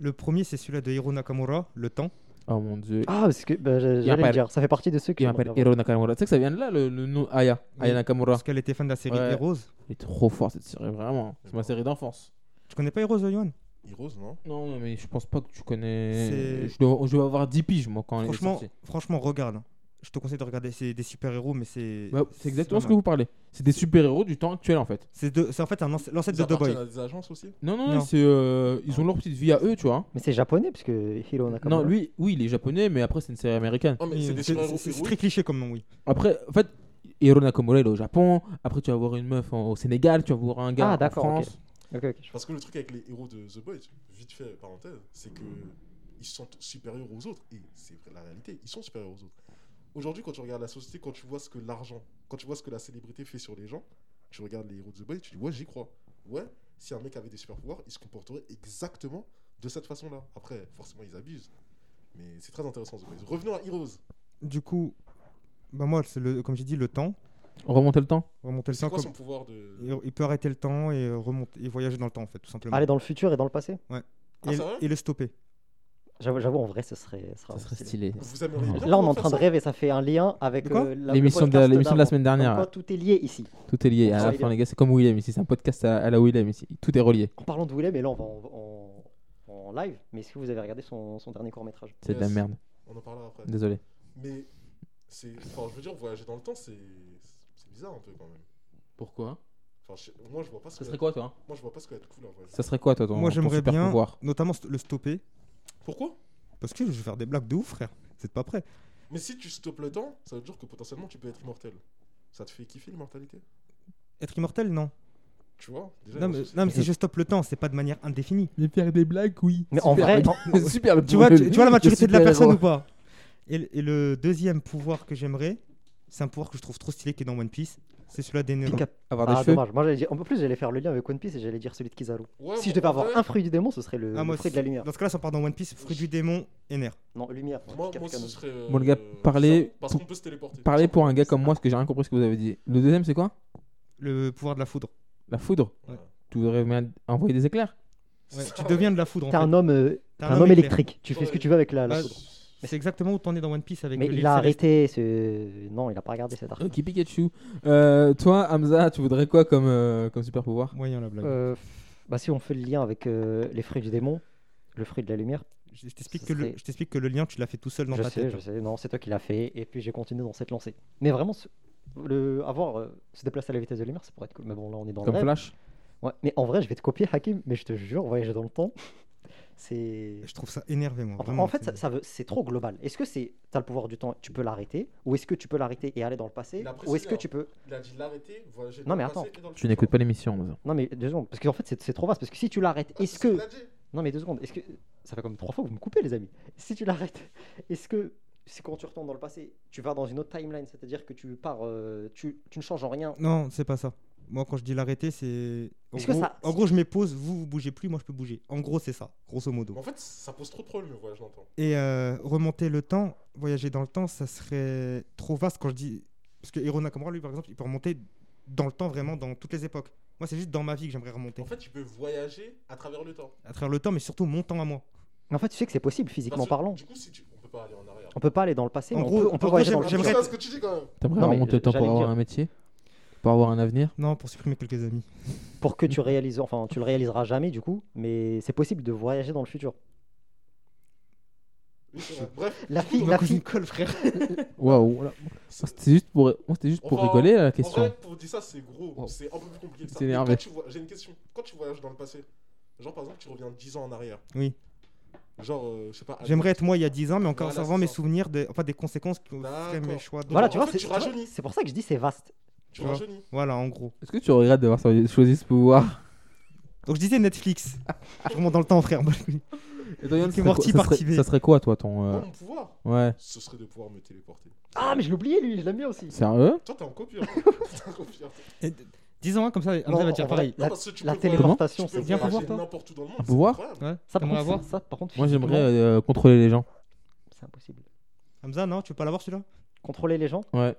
Speaker 2: Le premier, c'est celui-là de Hiro Nakamura, le temps.
Speaker 1: Oh mon dieu.
Speaker 4: Ah, parce que bah, je-
Speaker 1: Il
Speaker 4: j'allais
Speaker 1: apparaît.
Speaker 4: le dire, ça fait partie de ceux qui
Speaker 1: Il
Speaker 4: sont
Speaker 1: m'appelle
Speaker 4: pas
Speaker 1: Hiro Nakamura. Tu sais que ça vient de là, le, le nom Aya.
Speaker 2: Oui.
Speaker 1: Aya Nakamura.
Speaker 2: Parce qu'elle était fan de la série
Speaker 1: Ouais.
Speaker 2: Heroes.
Speaker 1: Il est trop fort cette série, vraiment. C'est ma série d'enfance.
Speaker 2: Tu connais pas Heroes, Yohan
Speaker 3: Heroes, non
Speaker 1: Non, non, mais je pense pas que tu connais.
Speaker 2: C'est-
Speaker 1: Je dois, je dois avoir 10 piges, moi, quand elle est
Speaker 2: Franchement,
Speaker 1: sortie.
Speaker 2: franchement, regarde. hein. Je te conseille de regarder. C'est des super-héros, mais euh, c'est.
Speaker 1: Bah, c'est exactement
Speaker 2: pas
Speaker 1: ce que
Speaker 2: mal.
Speaker 1: vous parlez. C'est des super-héros du temps actuel, en fait.
Speaker 2: C'est deux- c'est en fait un anci- l'ancêtre
Speaker 3: Ils
Speaker 2: de The
Speaker 3: appartiennent
Speaker 2: Boy.
Speaker 3: à des agences aussi
Speaker 1: Non, non, non,
Speaker 2: Non.
Speaker 1: c'est, euh, ils ont leur petite vie à eux, tu vois.
Speaker 4: Mais c'est japonais, parce que Hiro Nakamura.
Speaker 1: Non, lui, oui, il est japonais, mais après, c'est une série américaine.
Speaker 3: Non, mais
Speaker 2: Oui,
Speaker 3: c'est des
Speaker 2: euh, C'est
Speaker 3: super-héros
Speaker 2: c'est- c'est
Speaker 3: héroïques.
Speaker 2: très cliché comme nom, oui.
Speaker 1: Après, en fait, Hiro Nakamura, il est au Japon. Après, tu vas voir une meuf en- au Sénégal, tu vas voir un
Speaker 4: Ah,
Speaker 1: gars en
Speaker 4: d'accord, ok.
Speaker 1: France.
Speaker 4: Ok, ok.
Speaker 3: Parce que le truc avec les héros de The Boys, vite fait, parenthèse, c'est que ils sont supérieurs aux autres. Et c'est la réalité, ils sont supérieurs aux autres. Aujourd'hui, quand tu regardes la société, quand tu vois ce que l'argent, quand tu vois ce que la célébrité fait sur les gens, tu regardes les héros de The Boys, tu dis, ouais, j'y crois. Ouais, si un mec avait des super pouvoirs, il se comporterait exactement de cette façon-là. Après, forcément, ils abusent. Mais c'est très intéressant, The Boys. Revenons à Heroes.
Speaker 2: Du coup, bah moi, c'est le, comme j'ai dit, le temps.
Speaker 1: Remonter le temps.
Speaker 2: Remonter le
Speaker 3: C'est
Speaker 2: temps.
Speaker 3: quoi
Speaker 2: Comme...
Speaker 3: son pouvoir de.
Speaker 2: Il il peut arrêter le temps et euh, remonter et voyager dans le temps, en fait, tout simplement.
Speaker 4: Aller dans le futur et dans le passé
Speaker 3: Ah,
Speaker 2: et,
Speaker 3: c'est vrai
Speaker 2: et le stopper.
Speaker 4: J'avoue, j'avoue, en vrai, ce serait, ce
Speaker 1: Ça
Speaker 4: serait
Speaker 1: serait stylé.
Speaker 4: stylé.
Speaker 3: Vous aimeriez bien
Speaker 4: Là, on est
Speaker 3: pouvoir
Speaker 4: en train
Speaker 3: faire
Speaker 4: de
Speaker 3: ça
Speaker 4: rêver, ça fait un lien avec
Speaker 2: De quoi
Speaker 4: euh, la- le
Speaker 1: L'émission de, la-
Speaker 4: podcast
Speaker 1: l'émission de la
Speaker 4: d'avant.
Speaker 1: semaine
Speaker 4: Comme
Speaker 1: dernière.
Speaker 4: quoi, tout est lié ici.
Speaker 1: Tout est lié.
Speaker 4: On
Speaker 1: À la
Speaker 4: travaille
Speaker 1: fin,
Speaker 4: bien.
Speaker 1: les gars, c'est comme William ici. C'est un podcast à, à la William ici. Tout est relié.
Speaker 4: En parlant de Willem, mais là, on va en, en- en live. Mais est-ce que vous avez regardé son, son dernier court-métrage
Speaker 1: C'est de la
Speaker 3: Yes.
Speaker 1: merde.
Speaker 3: On en parlera après.
Speaker 1: Désolé.
Speaker 3: Mais c'est. Enfin, je veux dire, voyager dans le temps, c'est. C'est bizarre un peu quand même.
Speaker 1: Pourquoi
Speaker 3: Enfin, je- moi, je vois pas ce
Speaker 1: Ça
Speaker 3: que.
Speaker 1: serait quoi, toi
Speaker 3: Moi, je vois pas ce que va être cool en vrai.
Speaker 1: Ça serait quoi, toi, ton,
Speaker 2: Moi,
Speaker 1: ton
Speaker 2: j'aimerais
Speaker 1: super
Speaker 2: bien,
Speaker 1: pouvoir
Speaker 2: notamment st- le stopper,
Speaker 3: Pourquoi
Speaker 2: parce que je vais faire des blagues de ouf, frère. C'est pas prêt.
Speaker 3: Mais si tu stoppes le temps, ça veut dire que potentiellement tu peux être immortel. Ça te fait kiffer l'immortalité
Speaker 2: Être immortel, non.
Speaker 3: Tu vois Déjà,
Speaker 2: Non
Speaker 3: il y a
Speaker 2: mais,
Speaker 3: un souci.
Speaker 2: non, mais si je stoppe le temps, c'est pas de manière indéfinie.
Speaker 1: Mais faire des blagues, oui.
Speaker 4: Mais en vrai, en-
Speaker 1: C'est super.
Speaker 2: Tu vois, tu, tu vois la maturité de la personne ou pas et, le- et le deuxième pouvoir que j'aimerais, c'est un pouvoir que je trouve trop stylé qui est dans One Piece, c'est celui-là des néons.
Speaker 4: pick up.
Speaker 1: Avoir des
Speaker 4: Ah,
Speaker 1: cheveux.
Speaker 4: dommage. Moi, j'allais dire, en plus, j'allais faire le lien avec One Piece et j'allais dire celui de Kizaru.
Speaker 3: Ouais,
Speaker 4: Si
Speaker 3: moi,
Speaker 4: je devais
Speaker 3: en
Speaker 4: avoir
Speaker 3: vrai,
Speaker 4: un fruit du démon, ce serait le,
Speaker 2: Ah,
Speaker 4: le
Speaker 2: moi
Speaker 4: fruit
Speaker 2: aussi.
Speaker 4: de la lumière.
Speaker 2: Dans ce cas-là, si on part dans One Piece, fruit du démon, énerve.
Speaker 4: Non, lumière. ouais,
Speaker 3: Moi,
Speaker 4: pick up,
Speaker 3: moi, ce
Speaker 4: canon.
Speaker 3: serait. euh,
Speaker 1: Bon, les gars, parlez
Speaker 3: ça, Parce
Speaker 1: pour-
Speaker 3: qu'on peut se téléporter.
Speaker 1: Parler pour un gars comme moi, parce que j'ai rien compris ce que vous avez dit. Le deuxième, c'est quoi
Speaker 2: Le pouvoir de la foudre.
Speaker 1: La foudre.
Speaker 2: Ouais.
Speaker 1: Tu voudrais m'en- envoyer des éclairs
Speaker 2: Ouais,
Speaker 3: Ça,
Speaker 2: tu deviens de la foudre. en
Speaker 4: T'es
Speaker 2: fait.
Speaker 4: un homme, euh,
Speaker 2: T'es
Speaker 4: un homme
Speaker 2: éclair.
Speaker 4: électrique. Tu fais ce que
Speaker 3: Ouais.
Speaker 4: tu veux avec la, la
Speaker 2: Bah,
Speaker 4: foudre.
Speaker 2: C'est exactement où t'en es dans One Piece avec
Speaker 4: Mais
Speaker 2: les
Speaker 4: il a
Speaker 2: célestes.
Speaker 4: arrêté ce. Non, il a pas regardé cet arc.
Speaker 1: Ok, Pikachu. Euh, toi, Hamza, tu voudrais quoi comme, euh, comme super pouvoir
Speaker 2: Moyen la blague.
Speaker 4: Euh, bah, si on fait le lien avec euh, les fruits du démon, le fruit de la lumière,
Speaker 2: Je je t'explique
Speaker 4: ce
Speaker 2: que, le-
Speaker 4: serait-
Speaker 2: je t'explique que le lien, tu l'as fait tout seul dans
Speaker 4: je
Speaker 2: ta
Speaker 4: sais,
Speaker 2: tête.
Speaker 4: je sais, non, c'est toi qui l'as fait, et puis j'ai continué dans cette lancée. Mais vraiment, ce- le... avoir euh, se déplacer à la vitesse de la lumière, ça pourrait être cool. Mais bon, là, on est dans
Speaker 1: Comme
Speaker 4: le rêve.
Speaker 1: Flash
Speaker 4: Ouais, mais en vrai, je vais te copier, Hakim, mais je te jure, voyager dans le temps, c'est.
Speaker 2: Je trouve ça énervé, moi.
Speaker 4: En-
Speaker 2: vraiment,
Speaker 4: en fait,
Speaker 2: c'est-
Speaker 4: ça, ça veut- c'est trop global. Est-ce que c'est, t'as le pouvoir du temps, tu peux l'arrêter, ou est-ce que tu peux l'arrêter et aller dans le passé,
Speaker 3: Il a
Speaker 4: ou est-ce
Speaker 3: précisé,
Speaker 4: que
Speaker 3: hein.
Speaker 4: tu peux.
Speaker 3: Il a dit l'arrêter, voyager.
Speaker 4: Non, mais
Speaker 3: dans le passé
Speaker 4: attends.
Speaker 3: et dans le
Speaker 1: Tu
Speaker 3: futur.
Speaker 1: n'écoutes pas l'émission, Hamza.
Speaker 4: Non mais deux secondes, parce qu'en fait c'est, c'est trop vaste. Parce que si tu l'arrêtes,
Speaker 3: Ah,
Speaker 4: est-ce
Speaker 3: c'est ce
Speaker 4: que
Speaker 3: qu'il a dit.
Speaker 4: non mais deux secondes, est-ce que ça fait comme trois fois que vous me coupez les amis. Si tu l'arrêtes, est-ce que c'est quand tu retournes dans le passé, tu vas dans une autre timeline, c'est-à-dire que tu pars, euh, tu, tu ne changes en rien.
Speaker 2: Non, c'est pas ça. Moi, quand je dis l'arrêter, c'est. En,
Speaker 4: Est-ce que
Speaker 2: gros,
Speaker 4: ça-
Speaker 2: en gros, je me pose, vous, vous bougez plus, moi, je peux bouger. En gros, c'est ça, grosso modo.
Speaker 3: Mais En fait, ça pose trop de problèmes le voyage dans le temps.
Speaker 2: Et euh, remonter le temps, voyager dans le temps, ça serait trop vaste quand je dis. Parce que Hiro Nakamura, lui, par exemple, il peut remonter dans le temps vraiment dans toutes les époques. Moi, c'est juste dans ma vie que j'aimerais remonter.
Speaker 3: En fait, tu peux voyager à travers le temps.
Speaker 2: À travers le temps, mais surtout mon temps à moi.
Speaker 4: En fait, tu sais que c'est possible physiquement
Speaker 3: Parce que,
Speaker 4: parlant.
Speaker 3: Du coup, si tu. On peut pas aller en arrière.
Speaker 4: On peut pas aller dans le passé,
Speaker 2: En
Speaker 4: mais on
Speaker 2: gros-
Speaker 4: peut,
Speaker 2: en
Speaker 4: on peut
Speaker 2: gros,
Speaker 4: voyager dans le
Speaker 3: J'aime
Speaker 2: j'aimerais-
Speaker 4: futur.
Speaker 3: ça ce que tu dis quand même.
Speaker 1: T'aimerais
Speaker 4: Non, mais
Speaker 1: remonter le temps pour
Speaker 4: j'allais
Speaker 1: avoir
Speaker 4: dire-
Speaker 1: un métier Pour avoir un avenir
Speaker 2: Non, pour supprimer quelques amis.
Speaker 4: Pour que tu réalises, enfin, tu le réaliseras jamais du coup, mais c'est possible de voyager dans le futur.
Speaker 3: Oui, c'est vrai. Bref,
Speaker 4: La fille,
Speaker 2: Ma
Speaker 4: la
Speaker 2: cousine
Speaker 4: fille,
Speaker 2: colle, frère.
Speaker 1: Waouh. voilà.
Speaker 3: c'est-
Speaker 1: C'était juste pour, moi, c'était juste pour
Speaker 3: Enfin,
Speaker 1: rigoler la
Speaker 3: En
Speaker 1: question.
Speaker 3: vrai, pour dire ça, c'est gros.
Speaker 1: Wow.
Speaker 3: C'est un peu plus compliqué que ça.
Speaker 1: C'est
Speaker 3: Mais
Speaker 1: énervé.
Speaker 3: quand tu vois- J'ai une question. Quand tu voyages dans le passé, genre par exemple, tu reviens 10 ans en arrière.
Speaker 2: Oui.
Speaker 3: Genre, euh, je sais pas.
Speaker 2: J'aimerais être moi il y a 10 ans, mais en
Speaker 3: Voilà,
Speaker 2: conservant
Speaker 3: c'est
Speaker 2: mes
Speaker 3: ça.
Speaker 2: souvenirs, des, enfin, des conséquences qui feraient mes
Speaker 3: D'accord.
Speaker 2: choix. d'aujourd'hui.
Speaker 4: voilà,
Speaker 3: en
Speaker 4: tu vois,
Speaker 3: fait,
Speaker 4: c'est-
Speaker 3: tu
Speaker 4: tu vois,
Speaker 3: rajeunis.
Speaker 4: c'est pour ça que je dis c'est vaste.
Speaker 3: Tu
Speaker 2: tu vois.
Speaker 3: rajeunis.
Speaker 2: Voilà, en gros.
Speaker 1: Est-ce que tu regrettes d'avoir choisi ce pouvoir
Speaker 2: Donc je disais Netflix. je remonte dans le temps, frère.
Speaker 1: Et toi, Yann, ça
Speaker 2: Rick et
Speaker 1: serait
Speaker 2: Morty
Speaker 1: quoi- ça
Speaker 2: par
Speaker 1: serait-
Speaker 2: TV.
Speaker 1: Ça serait quoi, toi, ton. euh,
Speaker 3: Moi, mon pouvoir,
Speaker 1: Ouais.
Speaker 3: ce serait de pouvoir me téléporter.
Speaker 4: Ah, mais je l'ai oublié, lui, je l'aime bien aussi.
Speaker 1: Sérieux
Speaker 3: Toi, t'es en copie. hein. T'es en copie. hein.
Speaker 2: Disons un hein, comme ça, Hamza
Speaker 4: Non,
Speaker 2: va
Speaker 4: en
Speaker 2: dire
Speaker 4: vrai,
Speaker 2: pareil.
Speaker 4: La,
Speaker 3: parce que tu
Speaker 4: la
Speaker 3: peux
Speaker 4: téléportation,
Speaker 3: Tu peux
Speaker 4: c'est
Speaker 2: bien
Speaker 4: bien
Speaker 2: pour voir,
Speaker 4: pouvoir
Speaker 3: voyager
Speaker 4: toi.
Speaker 3: n'importe où dans le monde.
Speaker 1: Un
Speaker 3: c'est
Speaker 1: pouvoir
Speaker 3: incroyable.
Speaker 2: Ouais.
Speaker 4: Ça, par
Speaker 2: T'aimerais
Speaker 4: contre,
Speaker 2: avoir
Speaker 4: c'est- ça, par contre,
Speaker 1: Moi, j'aimerais
Speaker 4: physiquement,
Speaker 1: euh, contrôler les gens.
Speaker 4: C'est impossible.
Speaker 2: Hamza, non, tu veux pas l'avoir celui-là
Speaker 4: Contrôler les gens.
Speaker 1: Ouais.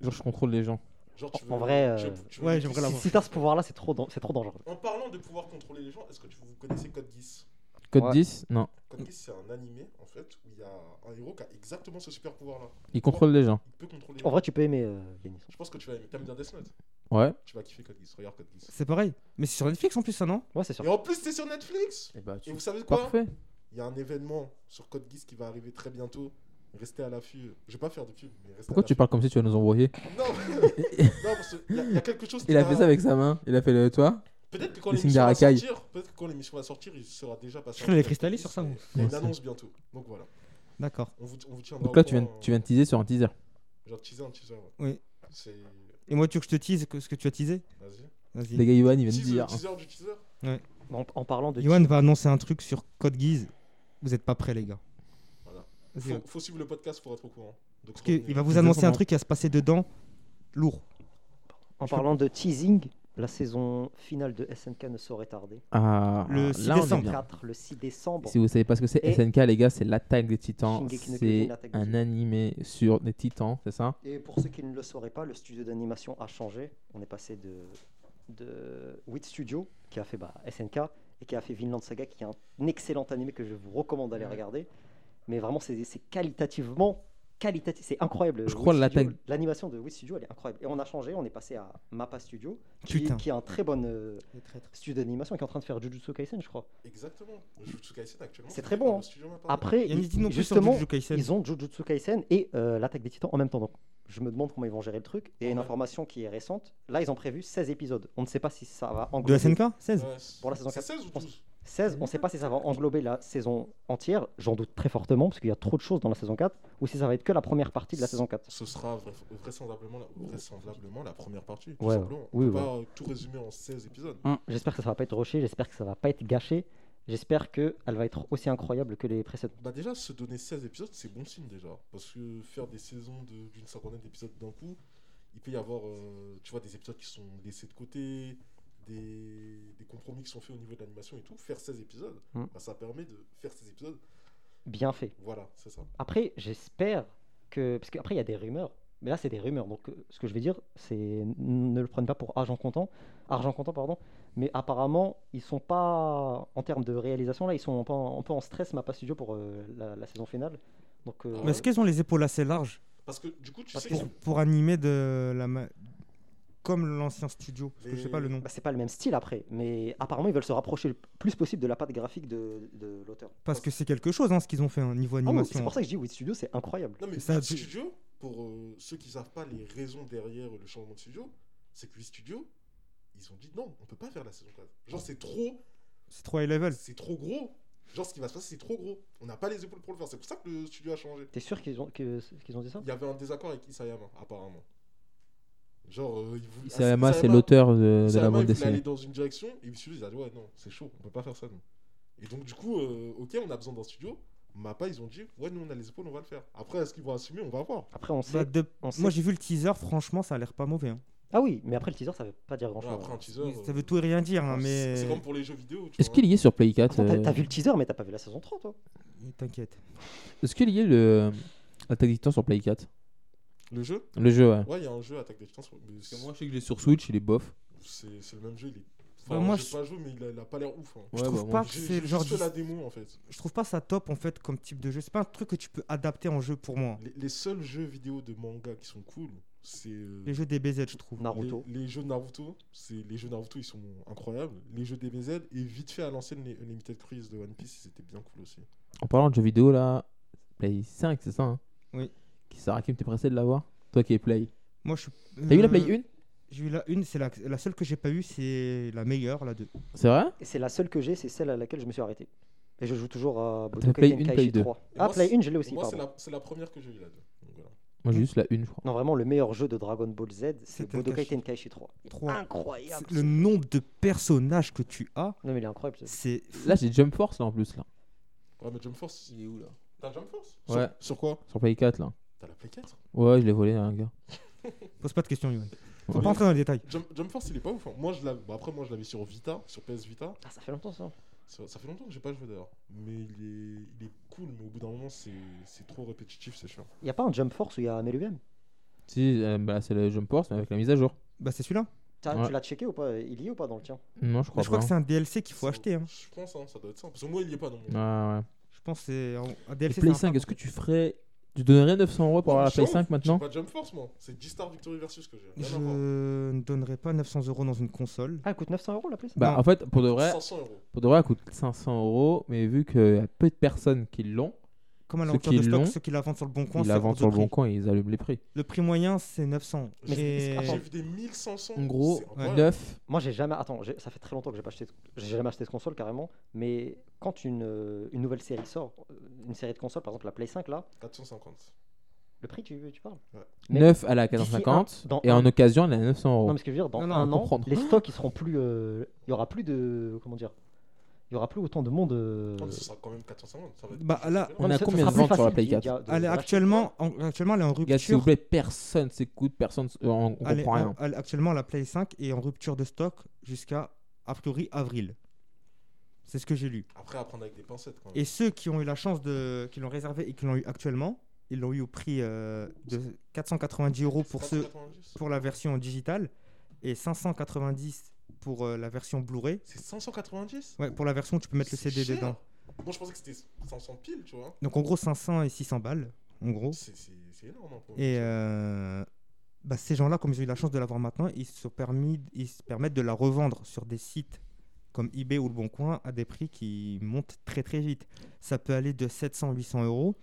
Speaker 1: Genre, je contrôle les gens.
Speaker 3: Genre, tu
Speaker 4: En-
Speaker 3: veux-
Speaker 4: en vrai,
Speaker 3: tu-
Speaker 4: euh,
Speaker 3: tu
Speaker 2: ouais,
Speaker 3: veux-
Speaker 2: j'aimerais
Speaker 3: si-
Speaker 2: l'avoir.
Speaker 4: Si, si t'as ce pouvoir-là, c'est trop, dan- c'est trop dangereux.
Speaker 3: En parlant de pouvoir contrôler les gens, est-ce que tu vous connaissez Code Geass
Speaker 1: Code
Speaker 4: Ouais.
Speaker 1: 10 Non.
Speaker 3: Code Geass, c'est un animé en fait où il y a un héros qui a exactement ce super pouvoir là.
Speaker 1: Il contrôle les gens.
Speaker 3: Il peut contrôler.
Speaker 4: En vrai, tu peux aimer euh, Yannis.
Speaker 3: Je pense que tu vas aimer. T'aimes bien Death Note
Speaker 1: Ouais.
Speaker 3: Tu vas kiffer Code Geass. Regarde Code Geass.
Speaker 2: C'est pareil. Mais c'est sur Netflix en plus, ça, non
Speaker 4: Ouais, c'est sûr.
Speaker 3: Et en plus, c'est sur Netflix
Speaker 4: Eh
Speaker 1: Et
Speaker 4: ben,
Speaker 1: bah,
Speaker 3: Et vous savez quoi
Speaker 1: Parfait.
Speaker 3: Il y a un événement sur Code Geass qui va arriver très bientôt. Restez à l'affût. Je vais pas faire de pub, mais restez
Speaker 1: Pourquoi
Speaker 3: à
Speaker 1: tu parles comme si tu vas nous envoyer
Speaker 3: l'affût. Non, non parce qu'il y, a- il y a quelque chose qui
Speaker 1: Il a
Speaker 3: va-
Speaker 1: fait ça avec sa main. Il a fait le toi.
Speaker 3: Peut-être que quand
Speaker 1: Les signes
Speaker 3: l'émission va
Speaker 1: d'Arakai.
Speaker 3: sortir, peut-être que quand l'émission va sortir, il sera déjà passé.
Speaker 2: Je crois que j'avais cristallisé sur ça, moi.
Speaker 3: Il y a une
Speaker 1: Moi
Speaker 3: annonce bientôt. Donc voilà.
Speaker 2: D'accord.
Speaker 3: On vous, on vous tiendra
Speaker 1: Donc
Speaker 3: au
Speaker 1: là, tu viens,
Speaker 3: courant,
Speaker 1: tu viens de teaser sur un teaser.
Speaker 3: euh, Genre teaser, un teaser. ouais.
Speaker 2: Oui.
Speaker 3: C'est.
Speaker 2: Et moi, tu veux que je te tease que- ce que tu as teasé
Speaker 3: Vas-y.
Speaker 2: Vas-y.
Speaker 1: Les gars, Yohan, il vient de
Speaker 3: Teaser,
Speaker 1: dire.
Speaker 3: teaser du teaser
Speaker 4: En, en parlant de.
Speaker 2: Yoann va annoncer un truc sur Code Guise. Vous êtes pas prêts, les gars.
Speaker 3: Voilà.
Speaker 2: Vas-y,
Speaker 3: faut, faut suivre le podcast pour être au courant. Donc,
Speaker 2: Parce qu'il va vous
Speaker 1: Exactement.
Speaker 2: annoncer un truc qui va se passer dedans. Lourd.
Speaker 4: En parlant de teasing, la saison finale de SNK ne saurait tarder.
Speaker 1: Ah,
Speaker 2: Le 6
Speaker 1: là, on est
Speaker 2: décembre.
Speaker 1: bien.
Speaker 4: 4, le 6 décembre.
Speaker 1: Si vous savez pas ce que c'est,
Speaker 4: Et-
Speaker 1: SNK, les gars, c'est l'attaque des titans.
Speaker 4: Shingeki no Kyojin,
Speaker 1: C'est
Speaker 4: l'attaque des
Speaker 1: un
Speaker 4: titans.
Speaker 1: animé sur des titans, c'est ça
Speaker 4: Et pour ceux qui ne le sauraient pas, le studio d'animation a changé. On est passé de, de Wit Studio, qui a fait bah, SNK, et qui a fait Vinland Saga, qui est un excellent animé que je vous recommande d'aller regarder. Mais vraiment, c'est c'est qualitativement. qualitatif, c'est incroyable.
Speaker 1: Je
Speaker 4: Wit
Speaker 1: crois
Speaker 4: Studio.
Speaker 1: l'attaque-
Speaker 4: L'animation de Wit Studio, elle est incroyable. Et on a changé, on est passé à Mappa Studio, qui,
Speaker 2: Putain.
Speaker 4: qui est un très bon euh, studio d'animation, qui est en train de faire Jujutsu Kaisen, je crois.
Speaker 3: Exactement. Jujutsu Kaisen actuellement.
Speaker 4: C'est très
Speaker 3: fait
Speaker 4: bon,
Speaker 3: par le
Speaker 4: hein.
Speaker 3: studio Mappa.
Speaker 4: Après,
Speaker 2: Yannis,
Speaker 4: ils-
Speaker 2: dis-nous plus sur
Speaker 4: justement,
Speaker 2: Jujutsu Kaisen.
Speaker 4: ils ont Jujutsu Kaisen et euh, l'attaque des titans en même temps. Donc, je me demande comment ils vont gérer le truc. Et une
Speaker 3: Ouais.
Speaker 4: information qui est récente, là, ils ont prévu 16 épisodes. On ne sait pas si ça va
Speaker 2: De
Speaker 4: englober.
Speaker 2: SNK 16
Speaker 3: Ouais,
Speaker 4: Pour la saison
Speaker 3: c'est
Speaker 4: 4.
Speaker 3: 16 ou 12
Speaker 4: 16, on ne sait pas si ça va englober la saison entière. J'en doute très fortement, parce qu'il y a trop de choses dans la saison 4. Ou si ça va être que la première partie de la saison 4.
Speaker 3: Ce sera vra- vraisemblablement, la, vraisemblablement la première partie. tout
Speaker 4: Ouais,
Speaker 3: simplement. On
Speaker 4: oui,
Speaker 3: peut
Speaker 4: ouais.
Speaker 3: pas euh, tout résumer en 16 épisodes.
Speaker 2: Mm.
Speaker 4: J'espère que ça ne va pas être rushé, j'espère que ça ne va pas être gâché. J'espère qu'elle va être aussi incroyable que les précédentes.
Speaker 3: Bah déjà, se donner 16 épisodes, c'est bon signe déjà. Parce que faire des saisons de- d'une cinquantaine d'épisodes d'un coup, il peut y avoir euh, tu vois, des épisodes qui sont laissés de côté, des, des compromis qui sont faits au niveau de l'animation et tout. Faire 16 épisodes,
Speaker 4: Mm.
Speaker 3: bah, ça permet de faire 16 épisodes.
Speaker 4: Bien fait.
Speaker 3: Voilà, c'est ça.
Speaker 4: Après, j'espère que. Parce qu'après, il y a des rumeurs. Mais là, c'est des rumeurs. Donc, euh, ce que je vais dire, c'est. n- Ne le prenne pas pour argent comptant. Argent comptant, pardon. Mais apparemment, ils sont pas. En termes de réalisation, là, ils sont un peu en, un peu en stress, Mappa Studio, pour euh, la, la saison finale. Donc, euh,
Speaker 2: Mais est-ce qu'ils ont les épaules assez larges
Speaker 3: Parce que du coup, tu
Speaker 4: Parce
Speaker 3: sais
Speaker 4: qu'ils
Speaker 3: qu'ils
Speaker 2: pour, pour animer de la. ma- Comme l'ancien studio. Parce que je sais pas le nom.
Speaker 4: bah, c'est pas le même style après. Mais apparemment, ils veulent se rapprocher le plus possible de la patte graphique de, de l'auteur.
Speaker 2: Parce que c'est quelque chose, hein, ce qu'ils ont fait, hein, niveau
Speaker 4: Ah, mais c'est
Speaker 2: animation.
Speaker 4: pour ça que je dis Wit Studio, c'est incroyable.
Speaker 3: Non mais
Speaker 2: Et ça a
Speaker 3: Wii
Speaker 2: dû-
Speaker 3: Studio, pour euh, ceux qui savent pas les raisons derrière le changement de studio, c'est que Wii Studio, ils ont dit non, on peut pas faire la saison 4. Genre c'est trop,
Speaker 2: C'est trop high level.
Speaker 3: c'est trop gros. Genre ce qui va se passer, c'est trop gros. On n'a pas les épaules pour le faire. C'est pour ça que le studio a changé.
Speaker 4: T'es sûr qu'ils ont, que- qu'ils ont dit ça
Speaker 3: Il y avait un désaccord avec Isayama apparemment. Genre euh, ils
Speaker 4: Ah,
Speaker 3: voulaient-
Speaker 1: Isayama, c'est
Speaker 3: Isayama-
Speaker 1: l'auteur de, de la
Speaker 3: Isayama,
Speaker 1: bande
Speaker 3: il voulait aller
Speaker 1: dessinée.
Speaker 3: dans une direction et Wii Studio ils a dit ouais non, c'est chaud, on peut pas faire ça nous. Et donc du coup, euh, ok, on a besoin d'un studio. Mappa, ils ont dit ouais nous on a les épaules, on va le faire. Après est-ce qu'ils vont assumer, on va voir.
Speaker 4: Après, on sait.
Speaker 2: Bah, de-
Speaker 4: on sait-
Speaker 2: Moi, j'ai vu le teaser, franchement, ça a l'air pas mauvais. hein.
Speaker 4: Ah oui, mais après, le teaser, ça veut pas dire
Speaker 3: Ouais,
Speaker 2: Bah,
Speaker 4: grand-chose.
Speaker 3: après un teaser.
Speaker 2: Ça
Speaker 3: euh,
Speaker 2: veut tout et rien dire, hein,
Speaker 3: C'est-
Speaker 2: mais.
Speaker 3: C'est comme pour les jeux vidéo. tu
Speaker 1: Est-ce
Speaker 3: vois.
Speaker 1: qu'il y est sur Play 4
Speaker 4: Attends, t'as- T'as
Speaker 1: euh,
Speaker 4: vu le teaser, mais t'as pas vu la saison 3, toi
Speaker 2: T'inquiète.
Speaker 1: Est-ce qu'il y est le Attaque des Titans sur Play 4
Speaker 3: Le jeu
Speaker 1: Le jeu, ouais.
Speaker 3: Ouais, il y a un jeu Attaque des Titans. mais c'est-
Speaker 1: je sais que j'ai sur Switch, il est bof.
Speaker 3: C'est c'est le même jeu. Il est...
Speaker 2: Bah,
Speaker 3: enfin,
Speaker 2: moi,
Speaker 3: j'ai
Speaker 2: je-
Speaker 3: pas joué, mais il a, il a pas l'air ouf. hein.
Speaker 2: Je trouve
Speaker 1: bah,
Speaker 2: pas que
Speaker 3: J'ai-
Speaker 2: c'est
Speaker 3: j'ai
Speaker 2: le genre
Speaker 3: juste fait
Speaker 2: d'his-
Speaker 3: la démo en fait.
Speaker 2: je trouve pas ça top en fait comme type de jeu. C'est pas un truc que tu peux adapter en jeu pour moi. hein.
Speaker 3: Les, les seuls jeux vidéo de manga qui sont cool, c'est. euh,
Speaker 2: Les jeux DBZ, je trouve.
Speaker 4: Naruto.
Speaker 3: Les, les jeux Naruto, c'est les jeux Naruto ils sont incroyables. Les jeux DBZ et vite fait à l'ancienne les Limited Cruise de One Piece, c'était bien cool aussi.
Speaker 1: En parlant de jeux vidéo, là, Play 5, c'est ça hein
Speaker 2: Oui. Mmh.
Speaker 1: Qui sert à qui t'es pressé de l'avoir Toi qui es Play.
Speaker 2: Moi, je suis. euh,
Speaker 1: T'as eu la Play 1
Speaker 2: J'ai eu la une, c'est la, la seule que j'ai pas eu, c'est la meilleure, la 2.
Speaker 1: C'est vrai
Speaker 4: Et c'est la seule que j'ai, c'est celle à laquelle je me suis arrêté. Et je joue toujours à
Speaker 1: T'as
Speaker 4: Budokai
Speaker 1: Play une,
Speaker 4: Tenkaichi
Speaker 1: Play deux.
Speaker 4: 3.
Speaker 3: Et
Speaker 4: Ah,
Speaker 3: moi,
Speaker 4: Play
Speaker 3: c'est-
Speaker 4: 1, je l'ai aussi,
Speaker 3: Moi, c'est
Speaker 4: pardon.
Speaker 3: la, c'est la première que j'ai eu là. deux. Donc, voilà.
Speaker 1: Moi, j'ai juste la une, je crois.
Speaker 4: Non, vraiment, le meilleur jeu de Dragon Ball Z, c'est
Speaker 2: C'était
Speaker 4: Budokai
Speaker 2: Tenkaichi.
Speaker 4: Tenkaichi 3. Il est
Speaker 2: 3.
Speaker 3: Ah,
Speaker 4: Incroyable.
Speaker 2: Le
Speaker 4: ce-
Speaker 3: euh,
Speaker 2: nombre de personnages que tu as,
Speaker 4: Non, mais il est incroyable. ce-
Speaker 2: c'est.
Speaker 1: Là, j'ai Jump Force, là, en plus, là.
Speaker 3: Ouais, mais Jump Force, il est où là T'as Jump Force
Speaker 1: Ouais.
Speaker 3: Sur, sur quoi
Speaker 1: Sur Play 4, là.
Speaker 3: T'as la Play 4
Speaker 1: Ouais, je l'ai volé à un gars.
Speaker 2: Pose pas de questions, Yoann. Faut
Speaker 1: Ouais.
Speaker 2: pas entrer dans les détails.
Speaker 3: Jump, Jump Force, il est pas ouf. hein. Moi, je l'avais- bon, après, moi, je l'avais sur Vita, sur PS Vita.
Speaker 4: Ah, ça fait longtemps ça.
Speaker 3: Ça, ça fait longtemps que j'ai pas joué d'ailleurs. Mais il est, il est cool, mais au bout d'un moment, c'est c'est trop répétitif, c'est chiant.
Speaker 4: Il y a pas un Jump Force où il y a Meluem
Speaker 1: Si, euh, bah, c'est le Jump Force, mais avec la mise à jour.
Speaker 2: Bah, c'est celui-là.
Speaker 4: T'as-
Speaker 1: Ouais.
Speaker 4: Tu l'as checké ou pas Il y est ou pas dans le tien
Speaker 1: Non, je
Speaker 2: Mais
Speaker 1: crois
Speaker 2: Je crois
Speaker 1: pas.
Speaker 2: que c'est un DLC qu'il faut
Speaker 3: Ça-
Speaker 2: acheter. hein.
Speaker 3: Je pense, hein, ça doit être ça. Parce que moi, il y est pas non plus.
Speaker 1: Ouais, ouais.
Speaker 2: Je pense que c'est un- un
Speaker 1: Et
Speaker 2: DLC. c'est
Speaker 1: Play
Speaker 2: un
Speaker 1: 5,
Speaker 2: pack.
Speaker 1: est-ce que tu ferais. Tu donnerais 900 euros pour avoir la
Speaker 3: Je suis
Speaker 1: Play
Speaker 3: ouf,
Speaker 1: 5 maintenant
Speaker 3: J'ai pas Jump Force, moi. C'est G-Star Victory Versus que j'ai.
Speaker 2: Je
Speaker 3: Rien à voir.
Speaker 2: ne donnerai pas 900 euros dans une console.
Speaker 4: Ah, elle coûte 900 euros la place
Speaker 1: Bah,
Speaker 2: Non.
Speaker 1: en fait, pour de vrai,
Speaker 3: 500 euros.
Speaker 1: pour de vrai, elle coûte 500 euros, mais vu qu'il y a peu de personnes qui l'ont,
Speaker 2: Comme à la
Speaker 1: Ceux
Speaker 2: hauteur
Speaker 1: qui
Speaker 2: de stock,
Speaker 1: l'ont,
Speaker 2: ceux qui la vendent sur le bon coin,
Speaker 1: ils
Speaker 2: c'est
Speaker 1: la
Speaker 2: hors
Speaker 1: vendent
Speaker 2: de
Speaker 1: sur le
Speaker 2: prix.
Speaker 1: bon coin et ils allument les prix.
Speaker 2: Le prix moyen, c'est 900.
Speaker 3: Mais
Speaker 2: Et-
Speaker 4: c'est-
Speaker 3: J'ai
Speaker 4: Attends.
Speaker 3: vu des 1500.
Speaker 1: En gros,
Speaker 3: c'est
Speaker 2: Ouais.
Speaker 3: incroyable.
Speaker 1: 9,
Speaker 4: Moi, j'ai jamais. Attends, j'ai- ça fait très longtemps que j'ai pas acheté. de- J'ai jamais acheté de console carrément. Mais quand une, euh, une nouvelle série sort, euh, une série de consoles, par exemple la Play 5 là,
Speaker 3: 450.
Speaker 4: le prix, tu, tu parles Mais
Speaker 1: 9 à la
Speaker 4: un-
Speaker 1: 450
Speaker 4: dans
Speaker 1: et
Speaker 4: un-
Speaker 1: en occasion, elle est à 900
Speaker 4: Non,
Speaker 1: euros.
Speaker 4: mais ce que je veux dire, dans
Speaker 2: Non, non,
Speaker 4: un
Speaker 1: on
Speaker 4: an,
Speaker 1: comprend.
Speaker 4: les stocks, ils seront plus. euh, Il y aura plus de. Comment dire Il y aura plus autant de monde. euh,
Speaker 3: Attends, Ce sera quand même 450. Ça va être
Speaker 2: Bah,
Speaker 3: plus
Speaker 2: là,
Speaker 3: cher que
Speaker 1: on
Speaker 4: mais
Speaker 1: a
Speaker 4: ça- ça
Speaker 1: combien
Speaker 4: sera
Speaker 1: de
Speaker 4: plus
Speaker 1: ventes sur la
Speaker 4: facile
Speaker 1: Play
Speaker 4: d'y-
Speaker 1: 4?
Speaker 4: d'y- de-
Speaker 2: Elle est
Speaker 4: d'acheter.
Speaker 2: actuellement, en- actuellement, elle est en
Speaker 1: Gars, s'il vous
Speaker 2: rupture.
Speaker 1: plaît, personne s'écoute, personne, s- on, on
Speaker 2: Elle est
Speaker 1: comprend
Speaker 2: en-
Speaker 1: rien.
Speaker 2: elle- actuellement, la Play 5 est en rupture de stock jusqu'à, a priori, avril. C'est ce que j'ai lu.
Speaker 3: Après, à prendre avec des pincettes quand même.
Speaker 2: Et ceux qui ont eu la chance de. qui l'ont réservé et qui l'ont eu actuellement, ils l'ont eu au prix euh, de 490 euros pour, ceux,
Speaker 3: 490?
Speaker 2: pour la version digitale et 590 pour euh, la version Blu-ray.
Speaker 3: C'est 590
Speaker 2: Ouais, pour la version où tu peux mettre le
Speaker 3: C'est
Speaker 2: CD
Speaker 3: cher.
Speaker 2: dedans.
Speaker 3: Moi, je pensais que c'était 500 piles, tu vois.
Speaker 2: Donc en gros 500 et 600 balles, en gros.
Speaker 3: C'est c'est- c'est énorme. hein, pour une
Speaker 2: Et
Speaker 3: console.
Speaker 2: euh, bah, ces gens-là, comme ils ont eu la chance de l'avoir maintenant, ils se, sont permis, ils se permettent de la revendre sur des sites comme eBay ou Le Bon Coin à des prix qui montent très très vite. Ça peut aller de 700, 800 euros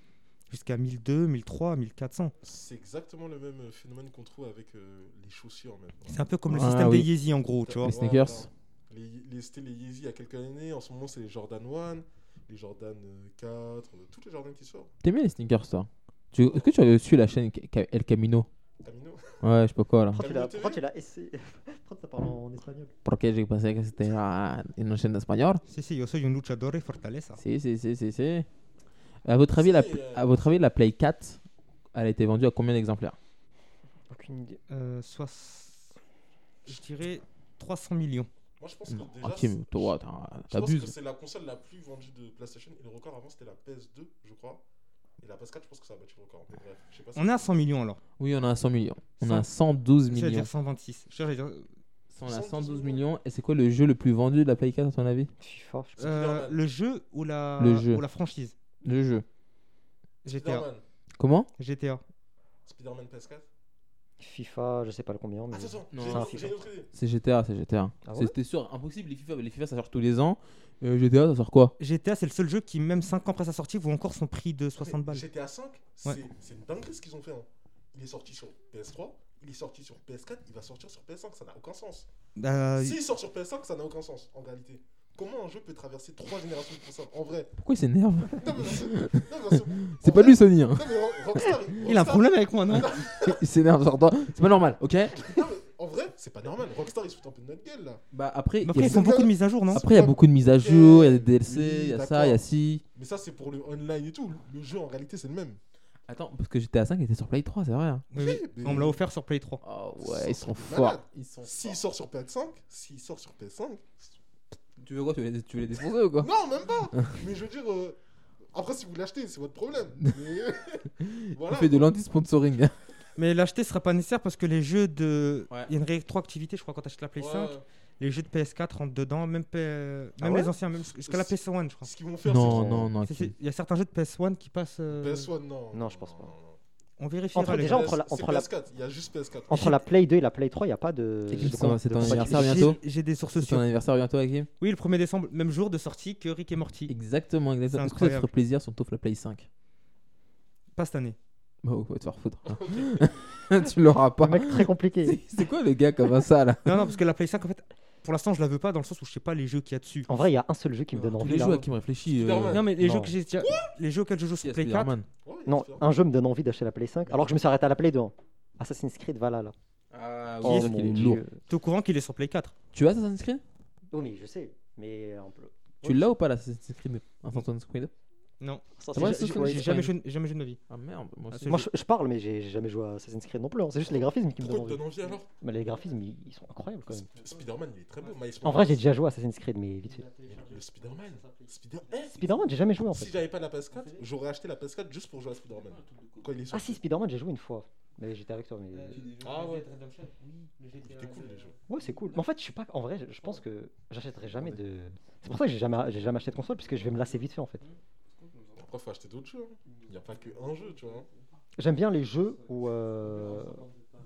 Speaker 2: jusqu'à 1200, 1300, 1400.
Speaker 3: C'est exactement le même euh, phénomène qu'on trouve avec euh, les chaussures, même.
Speaker 2: C'est un peu comme le
Speaker 1: Ah
Speaker 2: système
Speaker 1: oui.
Speaker 2: des Yeezy en gros, tu vois.
Speaker 1: Les sneakers.
Speaker 3: Les, les- c'était les Yeezy il y a quelques années. En ce moment, c'est les Jordan 1, les Jordan euh, 4, euh, tous les Jordan qui sortent.
Speaker 1: T'aimes bien les sneakers, toi Tu- Est-ce que tu as su la chaîne Ca- Ca- El Camino
Speaker 3: Camino.
Speaker 1: Ouais, je sais pas quoi là.
Speaker 4: Pourquoi tu l'as-
Speaker 3: TV?
Speaker 4: Pourquoi tu l'as essayé Pourquoi tu parles en espagnol
Speaker 1: Porque je pensais que c'était ah, une chaîne espagnole.
Speaker 2: Si, si, yo soy un luchador y fortaleza.
Speaker 1: Si, si, si, si, si. À votre avis, la,
Speaker 3: Si, euh,
Speaker 1: à votre avis, la Play 4, elle a été vendue à combien d'exemplaires
Speaker 4: Aucune idée.
Speaker 2: Euh, soix- Je dirais 300 millions.
Speaker 3: Moi, je pense que
Speaker 1: Non,
Speaker 3: déjà.
Speaker 1: Ok,
Speaker 3: c'est-
Speaker 1: mais Ah, toi, t'as-
Speaker 3: je pense que
Speaker 1: t'abuses.
Speaker 3: c'est la console la plus vendue de PlayStation. Et le record avant, c'était la PS2, je crois. Et la PS4, je pense que ça a battu le record. Mais bref, je sais pas si-
Speaker 2: On est à 100 millions alors.
Speaker 1: Oui, on a 100 millions. On a 112
Speaker 2: Je vais
Speaker 1: millions.
Speaker 2: dire 126. Je vais dire-
Speaker 1: On a
Speaker 3: 112
Speaker 1: 112
Speaker 3: millions.
Speaker 1: millions. Et c'est quoi le jeu le plus vendu de la Play 4 à ton avis
Speaker 4: FIFA, je sais pas.
Speaker 2: Euh,
Speaker 3: Spider-Man.
Speaker 2: le jeu ou la,
Speaker 1: Le jeu.
Speaker 2: Ou la franchise
Speaker 1: Le jeu.
Speaker 2: GTA.
Speaker 3: Spider-Man.
Speaker 1: Comment
Speaker 2: GTA.
Speaker 3: Spider-Man PS4.
Speaker 4: FIFA, je sais pas le combien. Mais...
Speaker 3: Attends, attends,
Speaker 1: Non,
Speaker 3: j'ai une
Speaker 1: non,
Speaker 3: autre-
Speaker 4: FIFA.
Speaker 3: j'ai une autre idée.
Speaker 1: C'est GTA, c'est GTA.
Speaker 4: Ah ouais
Speaker 1: C'était sûr, impossible. Les FIFA, les FIFA, ça sort tous les ans. Euh, GTA, ça sort quoi
Speaker 2: GTA, c'est le seul jeu qui, même 5 ans après sa sortie, vaut encore son prix de 60 balles.
Speaker 3: GTA 5,
Speaker 2: Ouais.
Speaker 3: c'est c'est une dinguerie ce qu'ils ont fait. hein. Il est sorti sur PS3, il est sorti sur PS4, il va sortir sur PS5, ça n'a aucun sens.
Speaker 2: Euh,
Speaker 3: S'il sort sur PS5, ça n'a aucun sens en réalité. Comment un jeu peut traverser trois générations de consoles en vrai
Speaker 1: Pourquoi il s'énerve
Speaker 3: Non, mais parce- non, parce-
Speaker 1: C'est pas lui, Sony. hein.
Speaker 3: Non, mais Ro- Rockstar,
Speaker 2: il a un
Speaker 3: Rockstar-
Speaker 2: problème avec moi, non Bah,
Speaker 1: Il s'énerve, genre, toi, c'est pas normal, ok
Speaker 3: non, mais en vrai, c'est pas normal. Rockstar, ils se foutent un peu de notre gueule là.
Speaker 1: Bah, après,
Speaker 2: Mais
Speaker 1: il
Speaker 2: Après,
Speaker 1: y, a- Ah,
Speaker 2: ils font beaucoup de mises à jour, non
Speaker 1: après, il y a beaucoup de mises à jour, il y a des
Speaker 3: Oui,
Speaker 1: DLC, il y a ça, il y a
Speaker 3: d'accord.
Speaker 1: ci.
Speaker 3: Mais ça, c'est pour le online et tout. Le jeu en réalité, c'est le même.
Speaker 1: Attends, parce que GTA 5 était sur Play 3, c'est vrai. hein.
Speaker 2: Oui, oui.
Speaker 3: Mais
Speaker 2: On me l'a offert sur Play 3.
Speaker 1: Oh
Speaker 3: Ils
Speaker 1: ouais, ils
Speaker 3: sont
Speaker 1: sont
Speaker 3: des
Speaker 1: forts.
Speaker 3: malades.
Speaker 1: Ils sont
Speaker 3: S'il
Speaker 1: forts.
Speaker 3: sort sur PS5, s'il sort sur PS5,
Speaker 1: Tu veux quoi tu veux, les, tu veux les défoncer ou quoi
Speaker 3: Non, même pas. Mais je veux dire, euh, après si vous l'achetez, c'est votre problème. Mais...
Speaker 1: On
Speaker 3: voilà.
Speaker 1: fait de l'anti-sponsoring.
Speaker 2: Mais l'acheter sera pas nécessaire parce que les jeux de.
Speaker 1: Ouais.
Speaker 2: Il y a une rétroactivité, je crois, quand t'achètes la Play
Speaker 3: Ouais.
Speaker 2: 5. Les jeux de PS4 rentrent dedans, même, P- même
Speaker 4: ouais
Speaker 2: les anciens, même jusqu'à la PS1, je crois.
Speaker 3: Ce qu'ils vont faire,
Speaker 1: Non,
Speaker 3: c'est
Speaker 1: non, non.
Speaker 2: C'est-
Speaker 1: Kim.
Speaker 2: c'est- Il y a certains jeux de PS1 qui passent. euh,
Speaker 3: qu'ils- PS1, non.
Speaker 4: Non, je pense pas.
Speaker 2: On vérifiera
Speaker 4: Entre-
Speaker 2: les
Speaker 4: déjà,
Speaker 2: gars.
Speaker 4: entre la-
Speaker 3: C'est
Speaker 4: entre la-
Speaker 3: PS4, il y a juste PS4.
Speaker 4: Entre la Play 2 et la Play 3, il n'y a pas de.
Speaker 1: C'est
Speaker 4: de
Speaker 1: ton-
Speaker 4: com-
Speaker 1: c'est
Speaker 4: de
Speaker 1: ton
Speaker 4: compatibilité.
Speaker 1: anniversaire
Speaker 2: J'ai-
Speaker 1: bientôt.
Speaker 2: J'ai des sources
Speaker 1: C'est ton
Speaker 2: sûres.
Speaker 1: anniversaire bientôt, Hakim
Speaker 2: Oui, le 1er décembre, même jour de sortie que Rick et Morty.
Speaker 1: Exactement, exactement. Est-ce que ça te
Speaker 2: incroyable.
Speaker 1: ferait plaisir si on t'offre la Play 5
Speaker 2: Pas cette année.
Speaker 1: Bah, ouais, te faire foutre. tu l'auras pas.
Speaker 4: Le mec très compliqué.
Speaker 1: C'est quoi le gars comme ça là
Speaker 2: Non, non, parce que la Play 5, en fait, pour l'instant, je la veux pas dans le sens où je sais pas les jeux qu'il y a dessus.
Speaker 4: En vrai, il y a un seul jeu qui me donne
Speaker 1: Tous
Speaker 4: envie.
Speaker 1: les
Speaker 4: là.
Speaker 1: jeux à qui me réfléchit.
Speaker 3: Spider-Man.
Speaker 2: Non, mais les
Speaker 4: Non.
Speaker 2: jeux que j'ai déjà- les jeux auxquels je joue
Speaker 1: il y
Speaker 2: sur
Speaker 1: a
Speaker 2: Play 4,
Speaker 1: Spider-Man.
Speaker 3: Ouais, il y a
Speaker 4: Non,
Speaker 3: Spider-Man.
Speaker 4: un jeu me donne envie d'acheter la Play 5, alors que je me suis arrêté à la Play 2. hein. Assassin's Creed Valhalla.
Speaker 1: Ah,
Speaker 2: oui,
Speaker 1: oui,
Speaker 2: parce
Speaker 1: qu'il
Speaker 4: mon
Speaker 1: est
Speaker 4: Dieu.
Speaker 1: lourd.
Speaker 2: t'es au courant qu'il est sur Play 4
Speaker 1: Tu as Assassin's Creed
Speaker 4: Oh, mais je sais, mais un peu.
Speaker 1: Tu l'as ou pas l'Assassin's Creed euh, Assassin's Creed
Speaker 2: Non,
Speaker 4: Ça,
Speaker 1: Ah
Speaker 4: c'est
Speaker 1: ouais,
Speaker 4: ju-
Speaker 1: c'est
Speaker 2: j'ai
Speaker 4: ju-
Speaker 1: ça,
Speaker 2: j'ai
Speaker 1: c'est
Speaker 2: jamais,
Speaker 1: pas
Speaker 2: joué- jamais joué de ma vie.
Speaker 1: Ah merde, moi
Speaker 2: Ah,
Speaker 1: aussi.
Speaker 2: c'est
Speaker 4: Moi, je, je parle, mais j'ai j'ai jamais joué à Assassin's Creed non plus. hein. C'est juste les graphismes qui me donnent
Speaker 3: Pourquoi il te
Speaker 4: envie.
Speaker 3: donne envie alors
Speaker 4: Mais les graphismes, ils, ils sont incroyables quand même.
Speaker 3: Sp- Spider-Man, il est très beau. Miles
Speaker 4: En vrai, j'ai déjà joué à Assassin's Creed, mais vite fait.
Speaker 3: Le Spider-Man. Spider- Eh,
Speaker 4: Spider-Man, j'ai jamais joué en
Speaker 3: Si
Speaker 4: fait.
Speaker 3: j'avais pas la PS4, j'aurais acheté la PS4 juste pour jouer à Spider-Man. Quand il est
Speaker 4: Ah,
Speaker 3: sorti.
Speaker 4: si, Spider-Man, j'ai joué une fois. Mais j'étais avec toi. Mais...
Speaker 3: Ah ouais.
Speaker 5: C'était
Speaker 3: C'était cool les jeux.
Speaker 4: Ouais, c'est cool. Mais en fait, je suis pas. En vrai, je- je pense que j'achèterai jamais de. C'est pour ça que j'ai jamais, j'ai jamais acheté de console, parce que je vais me lasser vite fait en fait.
Speaker 3: Après, faut acheter d'autres jeux. hein. Il n'y a pas que un jeu, tu vois. hein.
Speaker 4: J'aime bien les jeux où euh,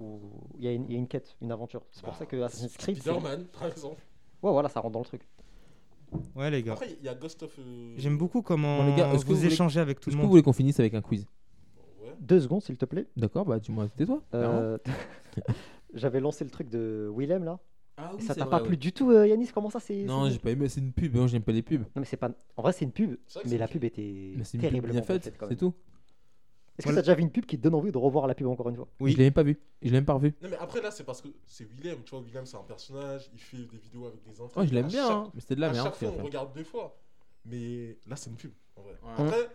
Speaker 4: où il y, a une- il y a une quête, une aventure. C'est pour
Speaker 3: Bah,
Speaker 4: ça que Assassin's Creed. c'est- Ouais,
Speaker 3: Spider-Man, par exemple.
Speaker 4: voilà, ça rentre dans le truc.
Speaker 2: Ouais, les gars.
Speaker 3: Après, il y a Ghost of. euh,
Speaker 2: J'aime beaucoup comment
Speaker 1: Bon, les gars, est-ce que
Speaker 2: vous,
Speaker 1: vous voulez-
Speaker 2: échangez avec tout
Speaker 1: Est-ce
Speaker 2: le
Speaker 1: que vous
Speaker 2: monde.
Speaker 1: voulez qu'on finisse avec un quiz
Speaker 3: Ouais.
Speaker 4: Deux secondes, s'il te plaît.
Speaker 1: D'accord, bah dis-moi, tais-toi. Clairement.
Speaker 4: Euh, J'avais lancé le truc de Willem là.
Speaker 1: Ah
Speaker 4: ça t'a pas plu du tout, euh, Yanis Comment ça c'est
Speaker 1: Non,
Speaker 4: c'est-
Speaker 1: j'ai pas aimé, c'est une pub, hein, j'aime pas les pubs.
Speaker 4: Non, mais c'est pas. En vrai, c'est une pub,
Speaker 3: C'est vrai que
Speaker 4: mais
Speaker 3: c'est
Speaker 4: la
Speaker 3: une
Speaker 4: pub était
Speaker 1: Mais c'est une pub
Speaker 4: terriblement
Speaker 1: bien
Speaker 4: mal
Speaker 1: faite,
Speaker 4: faite, quand
Speaker 1: c'est
Speaker 4: même.
Speaker 1: tout.
Speaker 4: Est-ce que
Speaker 2: Voilà.
Speaker 4: t'as déjà vu une pub qui te donne envie de revoir la pub encore une fois
Speaker 2: Oui.
Speaker 1: Je l'ai même pas vu, je l'ai même pas revu.
Speaker 3: Non, mais après, là, c'est parce que c'est Willem, tu vois. Willem, c'est un personnage. Il fait des vidéos avec des enfants.
Speaker 1: Oh, je l'aime
Speaker 3: À
Speaker 1: bien,
Speaker 3: chaque-
Speaker 1: hein, mais c'était de la
Speaker 3: à
Speaker 1: merde.
Speaker 3: chaque
Speaker 1: ce qu'il
Speaker 3: fois,
Speaker 1: a
Speaker 3: on
Speaker 1: fait.
Speaker 3: regarde deux fois. Mais là, c'est une pub, en vrai.
Speaker 1: Ouais.
Speaker 3: Après,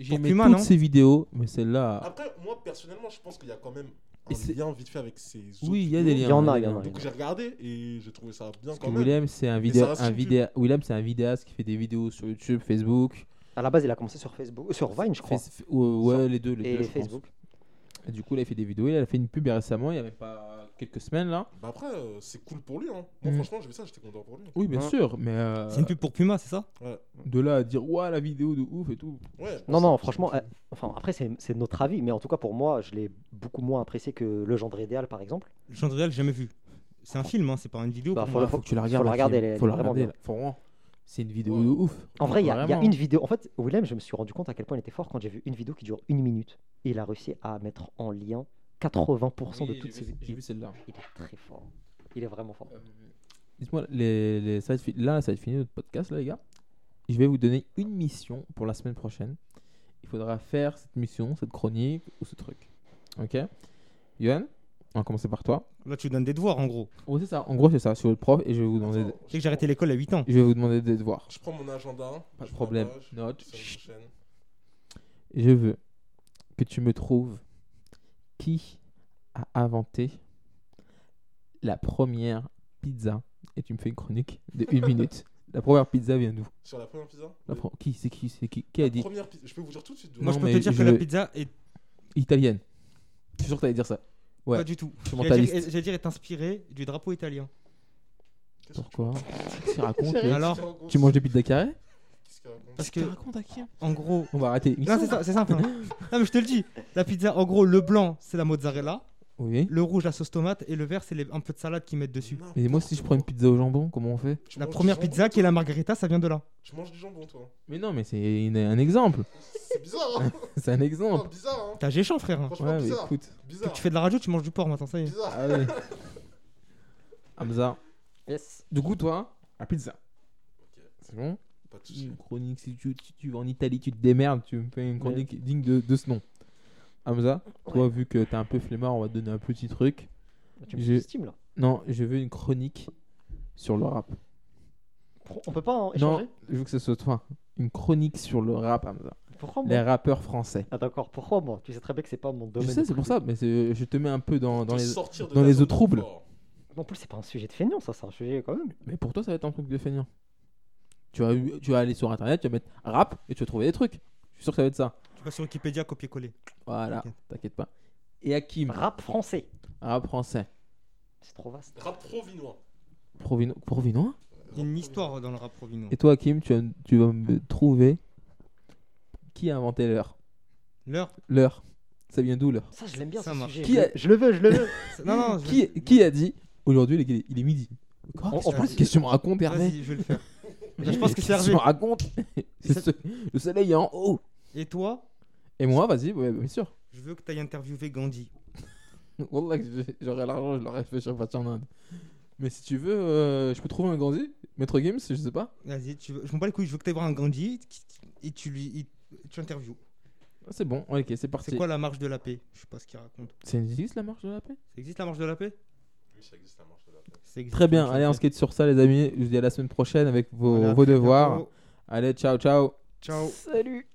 Speaker 1: J'ai
Speaker 2: Pour
Speaker 1: aimé
Speaker 2: Puma, non
Speaker 1: toutes ces vidéos, mais
Speaker 4: Ah,
Speaker 1: celle-là.
Speaker 3: après, moi, personnellement, je pense qu'il y a quand même
Speaker 1: Et
Speaker 3: un
Speaker 1: c'est-
Speaker 3: lien vite fait avec ses autres
Speaker 1: Oui, il y a des
Speaker 3: vidéos.
Speaker 1: liens.
Speaker 4: Il y en a,
Speaker 1: des
Speaker 4: il y en
Speaker 1: liens.
Speaker 4: a, il y en
Speaker 3: Donc, j'ai regardé et j'ai trouvé ça bien
Speaker 1: Parce que
Speaker 3: quand même.
Speaker 1: Willem, c'est un,
Speaker 3: Mais
Speaker 1: vidéa-
Speaker 3: ça reste
Speaker 1: un
Speaker 3: une pub.
Speaker 1: vidéa- Willem, c'est un vidéaste qui fait des vidéos sur YouTube, Facebook.
Speaker 4: À la base, il a commencé sur Facebook, sur Vine, je crois.
Speaker 1: Face- f- ou- ouais,
Speaker 4: Sur-
Speaker 1: les deux. Les
Speaker 4: Et
Speaker 1: deux, je pense.
Speaker 4: Facebook.
Speaker 1: Et du coup, là, il fait des vidéos. Il a fait une pub récemment, il y avait pas quelques semaines là.
Speaker 3: Bah après, euh, c'est cool pour lui. Hein. Moi,
Speaker 1: Mm.
Speaker 3: franchement, j'ai vu ça, j'étais content pour lui.
Speaker 1: Oui, bien
Speaker 4: Hein.
Speaker 1: sûr, mais euh,
Speaker 2: C'est une pub pour Puma, c'est ça
Speaker 1: de là à dire, ouais, la vidéo de ouf et tout.
Speaker 3: Ouais,
Speaker 4: Non, non, franchement, euh, enfin, après, c'est c'est notre avis, mais en tout cas, pour moi, je l'ai beaucoup moins apprécié que Le Gendre Idéal, par exemple.
Speaker 2: Le genre de réel, j'ai jamais vu. C'est un film, hein, c'est pas une vidéo.
Speaker 4: Bah,
Speaker 2: pour
Speaker 4: faut
Speaker 2: moi.
Speaker 1: Ah, faut que tu la
Speaker 4: faut
Speaker 1: regardes.
Speaker 4: la
Speaker 1: la
Speaker 4: regarder,
Speaker 1: film.
Speaker 4: elle est
Speaker 1: faut la
Speaker 4: vraiment
Speaker 1: regarder.
Speaker 4: bien.
Speaker 1: là. Faut vraiment- C'est une vidéo
Speaker 3: Ouais.
Speaker 1: de ouf.
Speaker 4: En vrai, il y, a- il y a
Speaker 1: Vraiment.
Speaker 4: une vidéo. En fait, Willem, je me suis rendu compte à quel point il était fort quand j'ai vu une vidéo qui dure une minute. Et il a réussi à mettre en lien 80% de
Speaker 1: Oui,
Speaker 4: toutes
Speaker 1: j'ai
Speaker 4: ses
Speaker 1: vu- J'ai
Speaker 4: vidéos.
Speaker 1: vu celle-là.
Speaker 4: Il est très fort. Il est vraiment fort.
Speaker 1: Euh, Dites-moi, les, les- ça va être fi- là, ça va être fini notre podcast, là, les gars. Je vais vous donner une mission pour la semaine prochaine. Il faudra faire cette mission, cette chronique ou ce truc. Ok Johan, on va commencer par toi.
Speaker 2: Là, tu donnes des devoirs en gros.
Speaker 1: Oh, c'est ça, en gros, c'est ça, sur le prof, et je vais vous demander,
Speaker 3: Attends,
Speaker 2: Tu
Speaker 3: je
Speaker 2: sais que j'ai arrêté
Speaker 3: prends-
Speaker 2: l'école à 8 ans.
Speaker 1: je vais vous demander des devoirs.
Speaker 3: Je prends mon agenda.
Speaker 1: Pas de
Speaker 3: je
Speaker 1: problème.
Speaker 3: prends la page,
Speaker 1: Note.
Speaker 3: semaine
Speaker 1: Chut.
Speaker 3: prochaine.
Speaker 1: Je veux que tu me trouves qui a inventé la première pizza. Et tu me fais une chronique de une minute. La première pizza vient d'où
Speaker 3: Sur la première pizza
Speaker 1: La
Speaker 3: Le-
Speaker 1: pro- Qui C'est qui C'est qui Qui a dit
Speaker 3: Première pizza. Je peux vous dire tout de suite. d'où
Speaker 2: Moi,
Speaker 1: Non,
Speaker 2: je peux te
Speaker 1: mais
Speaker 2: dire
Speaker 1: je-
Speaker 2: que la pizza est
Speaker 1: Italienne. Je suis sûr que t'allais dire ça. Ouais.
Speaker 2: pas du tout.
Speaker 1: Je suis
Speaker 2: J'allais
Speaker 1: mentaliste.
Speaker 2: dire, j'allais dire est inspirée du drapeau italien.
Speaker 3: Qu'est-ce que tu-
Speaker 1: Pourquoi Qu'est-ce qu'il raconte
Speaker 4: J'ai
Speaker 1: là
Speaker 2: Alors,
Speaker 3: Qu'est-ce qu'il raconte
Speaker 1: Tu manges des pizzas carrées
Speaker 3: Qu'est-ce qu'il raconte
Speaker 2: Parce que,
Speaker 1: raconte à qui
Speaker 2: en gros.
Speaker 1: On va arrêter.
Speaker 2: Non, c'est ça, c'est simple. hein. Non, mais je te le dis. La pizza, en gros, le blanc, c'est la mozzarella.
Speaker 1: Oui.
Speaker 2: Le rouge, la sauce tomate. Et le vert, c'est les- un peu de salade qu'ils mettent dessus.
Speaker 3: N'importe
Speaker 1: Et moi, si je prends une
Speaker 3: quoi.
Speaker 1: pizza au jambon, comment on fait
Speaker 3: Tu
Speaker 2: La
Speaker 3: manges du
Speaker 2: première
Speaker 3: jambon,
Speaker 2: pizza, qui est la margarita, ça vient de là.
Speaker 3: Tu manges du jambon, toi.
Speaker 1: Mais non, mais c'est une- un exemple.
Speaker 3: C'est bizarre, hein
Speaker 1: C'est un
Speaker 3: Non,
Speaker 1: exemple.
Speaker 3: Bizarre, hein
Speaker 2: T'as géchant, frère. hein.
Speaker 3: Franchement,
Speaker 1: Ouais, mais
Speaker 3: bizarre.
Speaker 1: écoute.
Speaker 2: Dès
Speaker 3: Bizarre.
Speaker 2: que tu fais de la radio, tu manges du porc maintenant, ça y est.
Speaker 3: Bizarre.
Speaker 1: Ah oui. Hamza.
Speaker 4: Yes.
Speaker 1: Du coup, toi, la pizza.
Speaker 3: Ok.
Speaker 1: C'est bon
Speaker 3: Pas de soucis.
Speaker 1: Une chronique, si tu, tu, tu vas en Italie, tu te démerdes, tu me fais une chronique digne de, de ce nom. Hamza, toi, vu que t'es un peu flemmard, on va te donner un petit truc.
Speaker 4: Tu me
Speaker 1: J'ai-
Speaker 4: sous-estimes, là.
Speaker 1: Non, je veux une chronique sur le rap.
Speaker 4: On peut pas hein, échanger
Speaker 1: Non, je veux que ce soit toi. Une chronique sur le rap, Hamza.
Speaker 4: Pourquoi moi
Speaker 1: Les rappeurs français.
Speaker 4: Ah, d'accord, pourquoi moi Tu sais très bien que c'est pas mon
Speaker 1: Je
Speaker 4: domaine.
Speaker 1: sais, c'est pour ça, mais c'est- je te mets un peu dans, dans
Speaker 3: Te
Speaker 1: les.
Speaker 3: sortir de
Speaker 1: dans
Speaker 3: ta Oh,
Speaker 1: les
Speaker 3: zone
Speaker 1: eaux
Speaker 3: de
Speaker 1: troubles.
Speaker 3: confort.
Speaker 4: En plus, c'est pas un sujet de feignant, ça, c'est un sujet quand même.
Speaker 1: Mais pour toi, ça va être un truc de feignant. Tu vas, tu vas aller sur internet, tu vas mettre rap et tu vas trouver des trucs. Je suis sûr que ça va être ça.
Speaker 2: Tu vas sur Wikipédia, copier-coller.
Speaker 1: Voilà,
Speaker 2: T'inquiète.
Speaker 1: t'inquiète pas. Et Hakim,
Speaker 4: Rap français.
Speaker 1: rap français.
Speaker 4: C'est trop vaste.
Speaker 3: Rap provinois.
Speaker 1: Provino- Provinois
Speaker 2: Il y a une histoire dans le rap provinois.
Speaker 1: Et toi, Hakim, tu vas, me- tu vas me trouver qui a inventé l'heure.
Speaker 2: L'heure
Speaker 1: L'heure. Ça vient d'où l'heure
Speaker 4: Ça, je l'aime bien
Speaker 2: Ça
Speaker 4: ce
Speaker 2: marche.
Speaker 4: sujet.
Speaker 1: Qui
Speaker 4: je,
Speaker 1: a-
Speaker 4: je le veux, je le veux.
Speaker 2: c'est- Non, non, je-
Speaker 1: qui, qui a dit aujourd'hui, les gars, il est midi Quoi
Speaker 4: En- en
Speaker 1: Qu'est-ce
Speaker 2: plus-
Speaker 1: que- Qu'est-ce que tu me racontes, Hervé
Speaker 2: Vas-y, je vais le faire. je pense que
Speaker 1: Qu'est-ce
Speaker 2: c'est
Speaker 1: que
Speaker 2: Hervé.
Speaker 1: tu me racontes
Speaker 2: Et
Speaker 1: C'est ce- Le soleil est en haut.
Speaker 2: Et toi,
Speaker 1: Et moi, vas-y, ouais, bien sûr.
Speaker 2: je veux que tu ailles interviewer Gandhi.
Speaker 1: Wallah, que j'ai- j'aurais l'argent, je l'aurais fait chaque fois en Inde. Mais si tu veux, euh, je peux trouver un Gandhi, Maître Games, je sais pas.
Speaker 2: Vas-y, tu veux... je m'en bats les couilles, je veux que tu un Gandhi qui- qui- et tu lui il- tu interviews.
Speaker 1: Ah, C'est bon, ok, c'est parti.
Speaker 2: C'est quoi la marche de la paix Je sais pas ce qu'il raconte.
Speaker 1: C'est une existe la marche de la paix
Speaker 2: Ça existe la marche de la paix
Speaker 3: Oui, ça existe la marche de la paix.
Speaker 2: Ça existe,
Speaker 1: Très
Speaker 2: la
Speaker 1: bien,
Speaker 2: marche de
Speaker 1: allez,
Speaker 2: la
Speaker 1: on
Speaker 2: paix.
Speaker 1: se quitte sur ça, les amis. Je vous dis à la semaine prochaine avec vos,
Speaker 2: Voilà,
Speaker 1: vos
Speaker 2: très
Speaker 1: devoirs.
Speaker 2: bientôt.
Speaker 1: Allez, ciao, ciao.
Speaker 2: Ciao.
Speaker 4: Salut